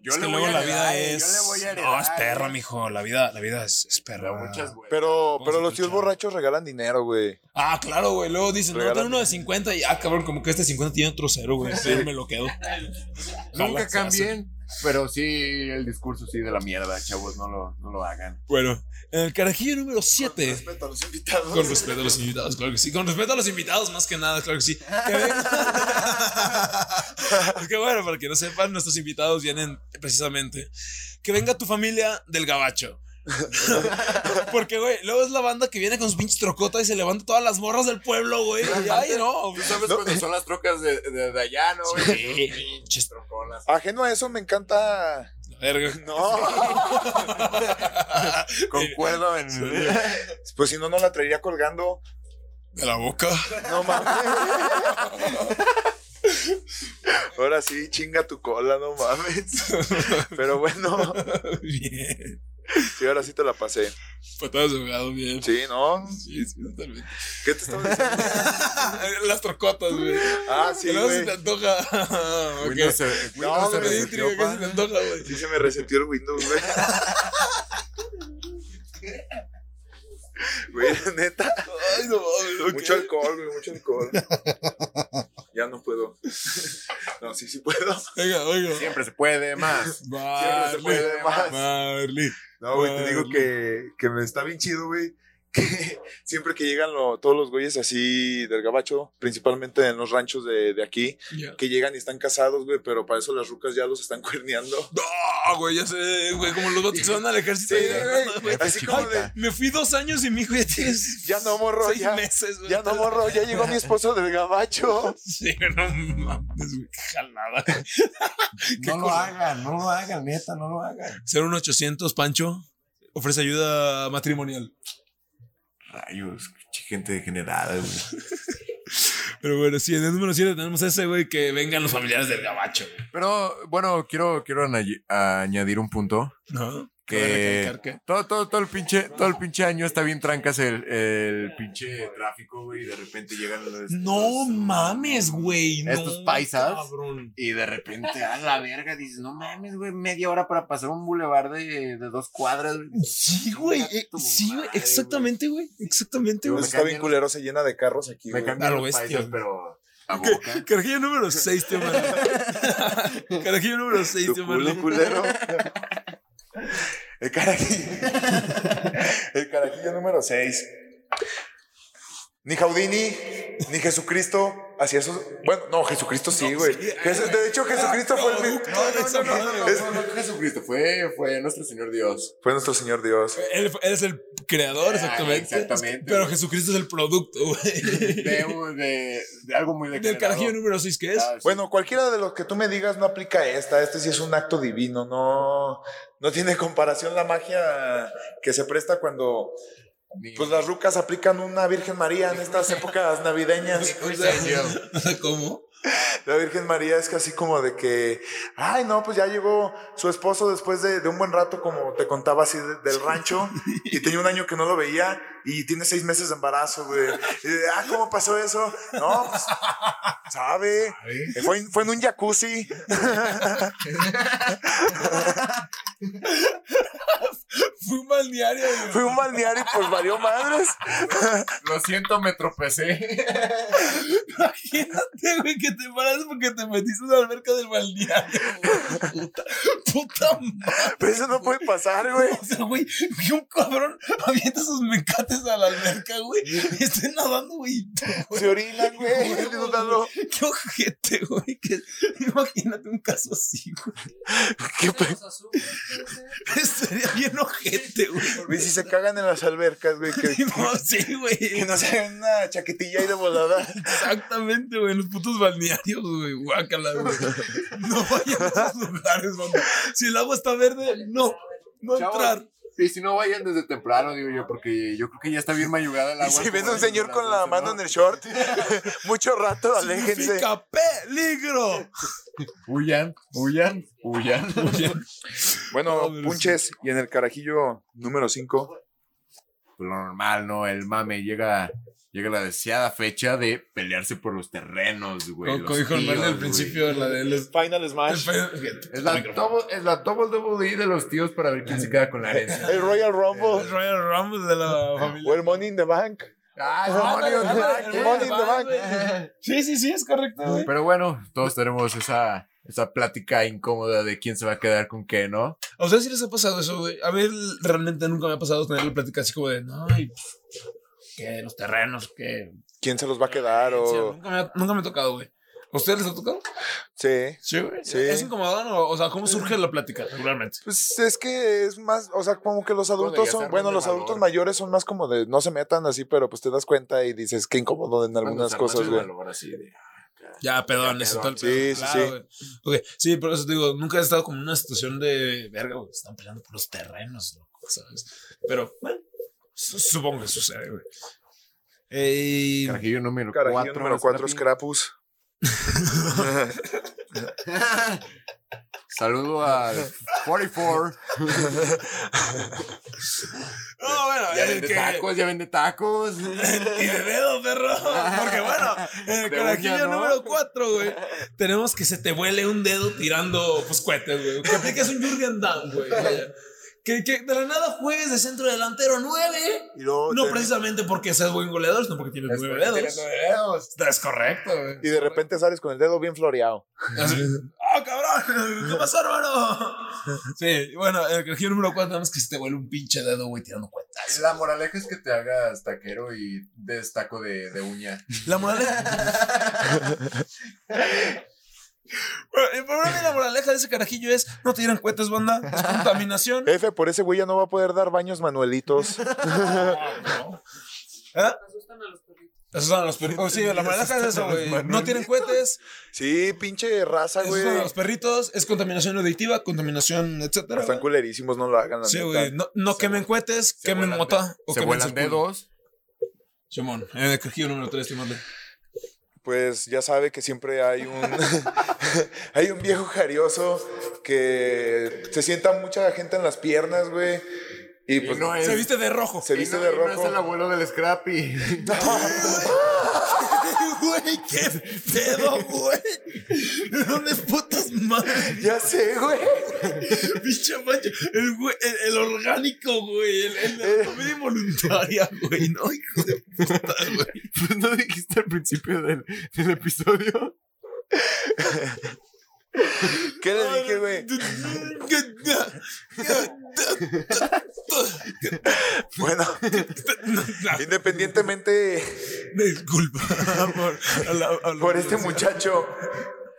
Yo es que le luego voy a la heredar, vida eh, es. Yo le voy a heredar, no, es perra, eh. mijo. La vida, la vida es, es perra. Pero muchas, güey. Pero, Vamos pero a los tíos escuchar. borrachos regalan dinero, güey. Ah, claro, güey. Luego dicen, no, Regálame. tengo uno de 50 y, ah, cabrón, como que este 50 tiene otro cero, güey. Sí. Me lo quedo. Nunca Ojalá se hace. cambien, pero sí el discurso sí de la mierda, chavos, no lo, no lo hagan. Bueno, en el carajillo número 7. Respeto a los invitados. Con respeto a los invitados, claro que sí. Con respeto a los invitados, más que nada, claro que sí. Que venga- Qué bueno, para que no sepan, nuestros invitados vienen precisamente. Que venga tu familia del gabacho. Porque, güey, luego es la banda que viene con su pinche trocota y se levanta todas las morras del pueblo, güey. Y, Ay, no. ¿Tú sabes cuando son las trocas de, de, de allá, no? güey? Pinches troconas. Ajeno a eso me encanta. La verga. No. Concuerdo en... Pues si no, no la traería colgando. De la boca. No mames. Ahora sí, chinga tu cola, no mames. Pero bueno, Bien. sí, ahora sí te la pasé. Patadas de ahogado, bien. Sí, ¿no? Sí, sí, totalmente. ¿Qué te estaba diciendo? Ah, eh, Las trocotas, güey. Ah, sí, Que luego se güey. te antoja. Windows Ok. se- Windows se No, güey. Me di resentió, intriga, pa. casi me antoja, güey. Sí, se me resentió el Windows, güey. Güey, la neta. Ay, no mames, ok. Mucho alcohol, güey, mucho alcohol. Ya no puedo. No, sí, sí puedo. Venga, venga. Siempre se puede más. Ah, Siempre se Marley. puede más. Marley. No, güey, te digo que, que me está bien chido, güey. Que siempre que llegan lo- todos los güeyes así del gabacho, principalmente en los ranchos de, de aquí, Ya. que llegan y están casados, güey, pero para eso las rucas ya los están cuerneando. No, güey, ya sé, güey, como los vatos que se van al ejército. Sí, y- güey, güey. Así como de, Me fui dos años y mi hijo ya tienes. ya no morro, seis ya, meses, güey. ya no morro, ya llegó mi esposo del gabacho. Sí, no mames, güey, qué jalada. Qué No lo cosa. hagan, no lo hagan, neta, no lo hagan. 01800, Pancho. Ofrece ayuda matrimonial. Rayos, pinche gente degenerada, güey. Pero bueno, sí, en el número 7 tenemos ese, güey, que vengan los familiares del gabacho. güey. Pero bueno, quiero, quiero añadi- añadir un punto. ¿No? Que Recalcar que- todo, todo, todo, el pinche, todo el pinche año está bien trancas el, el pinche tráfico, güey. Y de repente llegan los. No mames, güey. no, Estos paisas. cabrón. Y de repente, a la verga, dices, no mames, güey, media hora para pasar un bulevar de, de dos cuadras, güey. Sí, güey. eh, tu Sí, güey. madre, Exactamente, güey. Exactamente, Pues Me güey. está bien cambian- culero, se llena de carros aquí, Me güey. cambian A lo los bestia, güey. paisas, pero a boca. Carajillo número 6, tío Marley. Carajillo número 6, Tu tío culo Marley. culero. El carajillo. El carajillo número 6. Ni Jaudini, ni Jesucristo hacía eso. Bueno, no, Jesucristo sí, güey. Jes- de hecho, Jesucristo fue Ah, el mismo. esa madre, Es- No, no, Jesucristo, fue, fue nuestro Señor Dios. Fue nuestro Señor Dios. Él, él es el creador, Ah, exactamente. exactamente, Pero güey. Jesucristo es el producto, güey. De, de, de algo muy Del degenerado. carajillo número 6, ¿qué es? Ah, sí. Bueno, cualquiera de los que tú me digas no aplica esta. Este sí es un acto divino. No, no tiene comparación la magia que se presta cuando Ni- pues, las rucas aplican una Virgen María en estas épocas navideñas. O sea, ¿Cómo? La Virgen María es casi como de que, ay, no, pues ya llegó su esposo después de, de un buen rato, como te contaba así, de- del rancho, y tenía un año que no lo veía, y tiene seis meses de embarazo, güey. Y de, ah, ¿cómo pasó eso? No, pues, sabe. Fue, en- fue en un jacuzzi. Fue un balneario, güey. Fui a un balneario y pues valió madres. Lo siento, me tropecé. Imagínate, güey, que te paras porque te metiste en la alberca del balneario. Puta, puta madre. Pero eso no puede pasar, güey. O sea, güey, que un cabrón avienta sus mecates a la alberca, güey. Y estoy nadando, güey. Se orina, güey. Disfrútalo. Qué ojete, güey. que- Imagínate un caso así, güey. Qué pe- Estaría bien ojete, Güey, güey. si se cagan en las albercas, güey, que, No, sí, que güey. no se hagan una chaquetilla ahí de volada. Exactamente, güey. en Los putos balnearios, güey. Guácala, güey. No vayan a esos lugares, mamá. Si el agua está verde, no. No Chavos, entrar. Y si no vayan desde temprano, digo yo, porque yo creo que ya está bien mayugada el Y agua. si ven como a un desde señor las con la doce, mano ¿no? en el short, mucho rato, aléjense. Significa peligro. Huyan, huyan, huyan. Bueno, No, pero punches, y en el carajillo número 5. Lo normal, ¿no? El mame llega, llega la deseada fecha de pelearse por los terrenos, güey. Como los dijo el Manuel tíos, al güey. principio, la de los. Final Es la, double, es la double double D de los tíos para ver quién se queda con la herencia. El Royal Rumble. Royal Rumble de la O familia. el Money in the Bank. Ah, es Money in the Mario, Bank. ¿qué? el Money in the Bank. Sí, sí, sí, es correcto, güey. Pero bueno, todos tenemos esa, esa plática incómoda de quién se va a quedar con qué, ¿no? ¿A ustedes sí les ha pasado eso, güey? A mí el- realmente nunca me ha pasado tener la plática así como de, no, y pff, que los terrenos, que... ¿Quién se los va a quedar? Sí, O... nunca, me ha, nunca me ha tocado, güey. ¿A ustedes les ha tocado? Sí. Sí, güey. Sí. ¿Es incomodado o, o sea, cómo surge la plática regularmente? Pues es que es más, o sea, como que los Bueno, adultos ya son, se bueno, arman de los valor. adultos mayores son más como de no se metan así, pero pues te das cuenta y dices que incómodo en algunas cosas, güey. Ya, perdón, eso todo el Sí, pedo. sí, Claro, güey. Ok, sí, pero eso te digo, nunca he estado como en una situación de, verga, güey, están peleando por los terrenos, loco, ¿sabes? Pero, bueno, su- supongo que sucede, güey. Eh, Carajillo número Carajillo 4. número 4 es Crapus. Saludo al 44. no, bueno, Ya el vende que- tacos, ya vende tacos. Y de dedo, perro. Porque bueno, eh, en el De carajillo uña, ¿no? número 4, güey. Tenemos que se te vuele un dedo tirando pues, cohetes, güey. Que apliques un Jurgen Damm, güey. vaya. Que, que de la nada juegues de centro delantero 9. Y luego No te- precisamente porque seas buen goleador, sino porque tienes Es nueve porque dedos. tienes Es correcto, güey. y de repente sales con el dedo bien floreado. Así, ¡Ah, cabrón! ¿Qué pasó, hermano? Sí, bueno, en el carajillo número 4 tenemos que se te vuele un pinche dedo, güey, tirando cohetes. La moraleja es que te hagas taquero y des taco de, de uña. La moraleja. El problema de la moraleja de ese carajillo es no tiran cohetes, banda. Es contaminación. F, por ese güey ya no va a poder dar baños manuelitos. Asustan a los perritos. Esos son los perritos. Oh, sí, la moraleja es eso, güey. No tienen cohetes. Sí, pinche raza, Esos güey. son los perritos. Es contaminación auditiva, contaminación, etcétera. Están culerísimos, no lo hagan. la Sí, neta. güey. No, no quemen cohetes, quemen vuelan mota o Se quemen vuelan circuito. dedos. Simón, en el carajillo número 3, Timón. pues ya sabe que siempre hay un hay un viejo jarioso que se sienta mucha gente en las piernas, güey. Y pues no es- Se viste de rojo. se viste Y no- de y No es el rojo. abuelo del Scrappy. Güey, qué pedo, güey. ¿De ¿Dónde putas madres? Ya sé, güey. Pinche macho, el, güey- el, el orgánico, güey, el, el de la comida involuntaria, güey, ¿no? Hijo de puta, güey. ¿No dijiste al principio del, del episodio? ¿Qué le dije, güey? Bueno, independientemente Disculpa por, a la- a la- por este muchacho,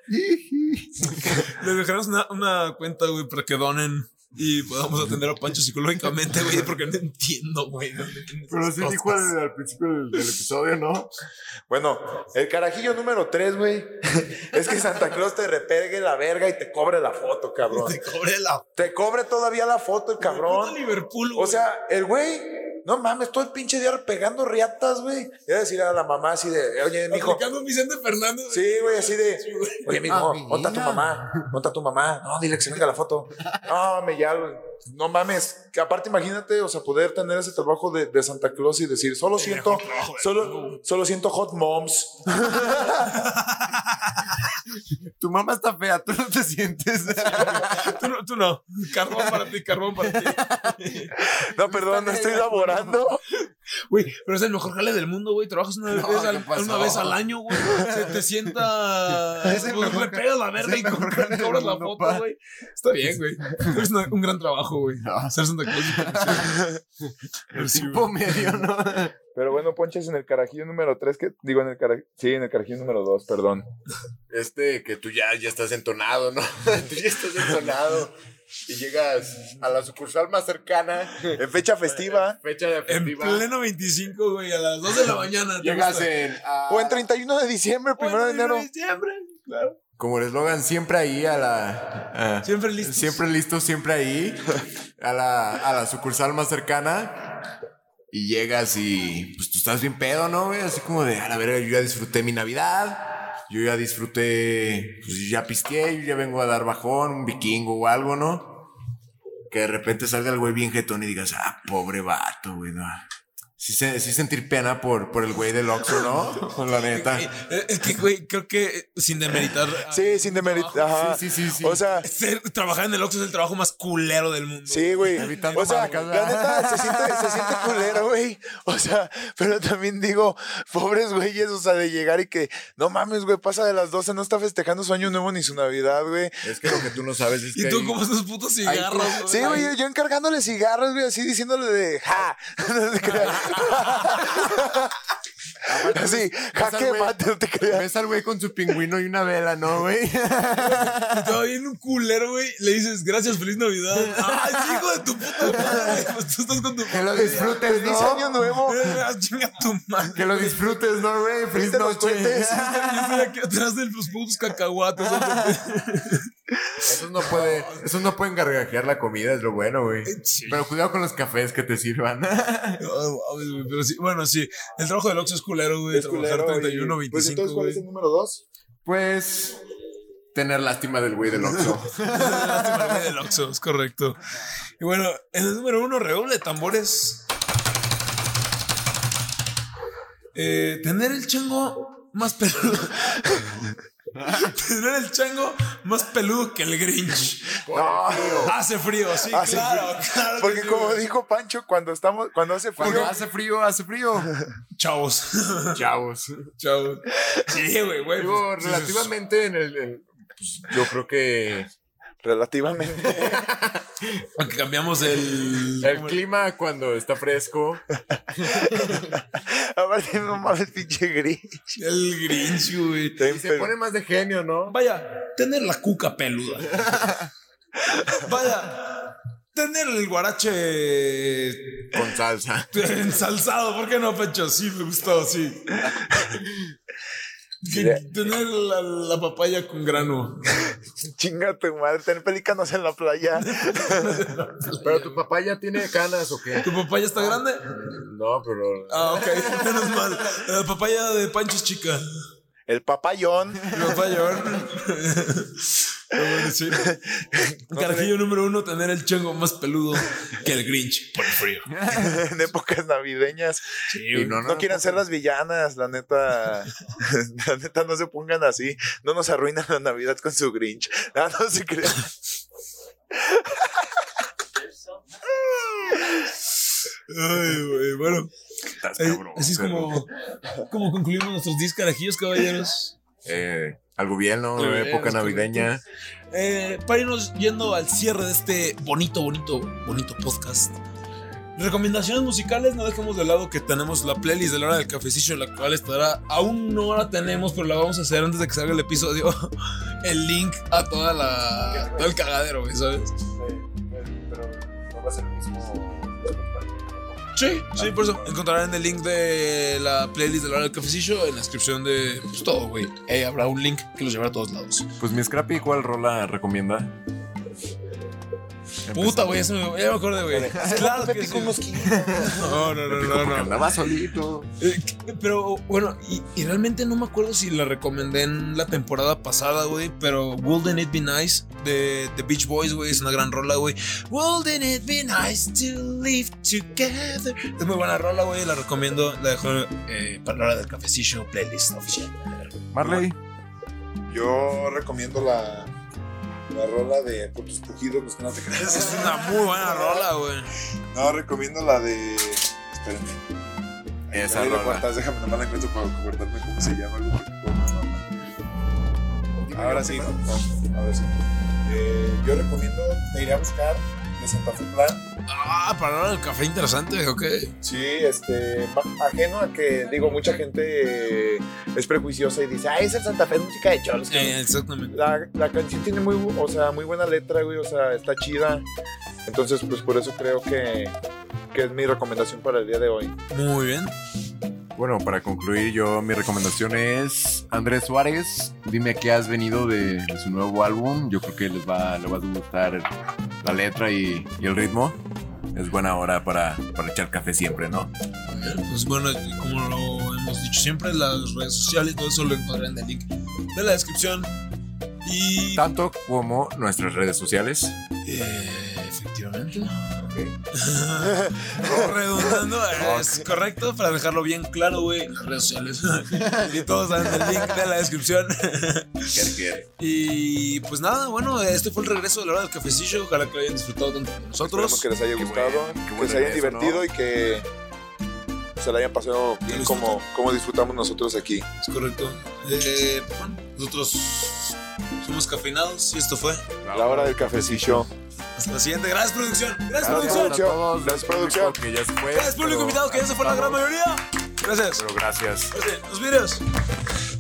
Les dejaremos una, una cuenta, güey, para que donen y podamos atender a Pancho psicológicamente, güey, porque no entiendo, güey. no entiendo Pero esas sí dijo cosas. al, al principio del, del episodio, ¿no? bueno, el carajillo número 3, güey, es que Santa Claus te repegue la verga y te cobre la foto, cabrón. Te cobré la Te cobre todavía la foto, el puta cabrón. Liverpool, O güey. sea, el güey, no mames, todo el pinche día pegando riatas, güey. Y a decir a la mamá así de, oye, mijo. aplicando un Vicente Fernández. güey. Sí, güey, así de, oye, mijo, Ah, monta a tu mira. mamá, monta a tu mamá. No, dile que se venga la foto. No, me ya, güey. no mames. Que aparte, imagínate, o sea, poder tener ese trabajo de, de Santa Claus y decir, solo siento, solo, solo siento hot moms. Tu mamá está fea, tú no te sientes. Tú no, tú no. Carbón para ti, carbón para ti. No, perdón, no estoy laborando. Güey, pero es el mejor jale del mundo, güey. Trabajas una, No, vez, ¿qué al, pasó? una vez al año, güey. Se te sienta. Es el pues, mejor le pegas la verga es y el mejor jale cobras del cobras la mundo, foto, pa. güey. Está bien, güey. Es una- un gran trabajo, güey. Ah. Ser Santa Claus. y conocer. Pero sí, güey. Tipo medio, ¿no? Pero bueno, ponches en el carajillo número 3, que digo en el carajillo, sí, en el carajillo número 2, perdón. Este, que tú ya, ya estás entonado, ¿no? tú ya estás entonado. Y llegas a la sucursal más cercana, En fecha festiva fecha de En festiva. pleno 25, güey, a las 2 de la mañana. te Llegas gusta. en. a- o en 31 de diciembre, Bueno, 1 de enero. diciembre, claro. Como el eslogan, siempre ahí a la. a- Siempre listo. Siempre listo, siempre ahí. A la, a la sucursal más cercana. Y llegas y pues tú estás bien pedo, ¿no? güey? Así como de, a la verga, yo ya disfruté mi Navidad. Yo ya disfruté, pues yo ya pisqué, yo ya vengo a dar bajón, un vikingo o algo, ¿no? Que de repente salga el güey bien jetón y digas, ah, pobre vato, güey, no. Sí, se- sí sentir pena por, por el güey del Oxxo, ¿no? La neta. Eh, eh, Es que, güey, creo que eh, sin demeritar. a- Sí, sin demeritar. Ajá. Sí, sí, sí, sí. Ah, O sea, Ser- trabajar en el Oxxo es el trabajo más culero del mundo. Sí, güey. Evitando O sea, marcas, la ¿verdad? neta se siente, se siente culero, güey. O sea, pero también digo, pobres güeyes, o sea, de llegar y que, no mames, güey, pasa de las 12, no está festejando su año nuevo ni su Navidad, güey. Es que lo que tú no sabes es que. Y tú ahí- como esos putos cigarros. Sí, güey, yo, yo encargándole cigarros, güey, así diciéndole de ja. No te creas. Así, ja, esa, que pues, güey. mate, no te creas. Ves al güey con su pingüino y una vela, ¿no, güey? Y Te va bien un culero, güey. Le dices, gracias, feliz Navidad. Ay, sí, hijo de tu puta madre. Pues tú estás con tu. Que lo disfrutes, Feliz año ¿no? nuevo. Eh, ah, Chinga tu madre. Que lo disfrutes, ¿no, güey? Feliz ¿Viste los noche. cohetes? Yo estoy aquí atrás de los putos cacahuates. Ah. Esos no, puede, esos no pueden gargajear la comida, es lo bueno, güey. Sí. Pero cuidado con los cafés que te sirvan. Ay, mames, güey, Pero sí, bueno, sí. El trabajo del Oxxo es culero, güey. Es Trabajar culero, y- 31, Pues 25. entonces, ¿cuál es güey. el número 2? Pues, tener lástima del güey del Oxxo. Lástima, güey, del Oxxo, es correcto. Y bueno, en el número uno, redoble de tambores. Eh, tener el chango más peludo. tener el chango más peludo que el Grinch. No, Hace frío, sí, Hace claro, claro. que porque sí, como güey. dijo Pancho, cuando estamos, cuando hace Cuando frío, hace frío, hace frío. Chavos, Chavos. chavos. Sí, güey, güey. Digo, pues, relativamente en el... en- pues, yo creo que relativamente. Aunque cambiamos el... el clima cuando está fresco. Aparte, no mames, pinche gris. El Grinch, güey. Está bien Y se pero- pone más de genio, ¿no? Vaya, tener la cuca peluda. Vaya, tener el guarache Con salsa. ensalzado. ¿Por qué no, Pecho? Sí, me gustó, sí. Que Tener la, la papaya con grano. Chinga tu madre, tener pelícanos en la playa. Pero tu papá ya tiene canas o qué? ¿Tu papaya está grande? No, pero. Ah, ok, menos mal. La papaya de Pancho es chica. El papayón. Mi papá llora. Pero bueno, sí. Carajillo número uno, tener el chango más peludo que el Grinch. Por el frío. en épocas navideñas. Y no, No, quieran ser las villanas, la neta. la neta, no se pongan así. No nos arruinan la Navidad con su Grinch. Ah, no se crean. Ay, güey, bueno. Estás Ay, cabrón, así Eh, es pero- como, como concluimos nuestros 10 carajillos, caballeros. Eh, al gobierno, Al gobierno, época es navideña. Eh, para irnos yendo al cierre de este bonito, bonito, bonito podcast. Recomendaciones musicales, no dejemos de lado que tenemos la playlist de la hora del cafecillo, la cual estará, aún no la tenemos, pero la vamos a hacer antes de que salga el episodio, el link a toda la, todo el cagadero, güey, ¿sabes? Pero no va a ser el mismo. Sí, sí, por eso. Encontrarán el link de la playlist de la hora del cafecillo en la descripción de pues, todo, güey. Ahí habrá un link que los llevará a todos lados. Pues mi Scrappy, ¿cuál rola recomienda? Puta, güey, ya, me, ya me acordé, güey. Claro que sí. No, no, no, no, no. Andaba solito. Eh, que- Pero bueno, y, y realmente no me acuerdo si la recomendé en la temporada pasada, güey. Pero Wouldn't It Be Nice de The Beach Boys, güey, es una gran rola, güey. Wouldn't It Be Nice to Live Together. Es muy buena rola, güey. La recomiendo. La dejo eh, para la hora del cafecillo playlist oficial. Marley. Yo recomiendo la, la rola de Por tus pujidos, los que no te creas. Pues Es una muy buena rola, güey. No, recomiendo la de. Espérenme. Ahí Esa la de rola. Cuartas, déjame nomás la encuentro para acordarme cómo se llama. algo porque como no, no, no. Ahora sí. no, Ahora sí. Eh, yo recomiendo Te iré a buscar de Santa Fe Plan. Ah, para el café interesante, ok. Sí, este. ma- Ajeno a que, digo, mucha gente eh, es prejuiciosa y dice, ah, esa Santa Fe es música de cholos. que no Eh, exactamente. la, la canción tiene muy, bu- o sea, muy buena letra, güey, o sea, está chida. Entonces, pues por eso creo que, que es mi recomendación para el día de hoy. Muy bien. Bueno, para concluir, yo mi recomendación es Andrés Suárez. Dime a qué has venido de, de su nuevo álbum. Yo creo que les va, les va a gustar la letra y, y el ritmo. Es buena hora para, para echar café siempre, ¿no? Pues bueno, como lo hemos dicho siempre, las redes sociales y todo eso lo encontrarán en el link de la descripción. Y. Tanto como nuestras redes sociales. Eh, efectivamente. Redundando, es correcto para dejarlo bien claro, güey. en Las redes sociales. y todos saben el link de la descripción. y pues nada, bueno, este fue el regreso de la hora del cafecillo. Ojalá que lo hayan disfrutado tanto como nosotros. Esperemos que les haya Qué gustado, buen- qué que buen se hayan regreso, divertido ¿no? y que se la hayan pasado bien lo como, como disfrutamos nosotros aquí. Es correcto. Eh, pues, bueno, nosotros somos cafeinados y esto fue. La hora del cafecillo. Hasta la siguiente. Gracias, producción. Gracias, Gracias, producción. producción. Gracias, producción. Que ya se fue. Gracias, público pero invitado, que ya se fue la gran estamos- mayoría. Gracias. Pero gracias. Gracias. Los videos.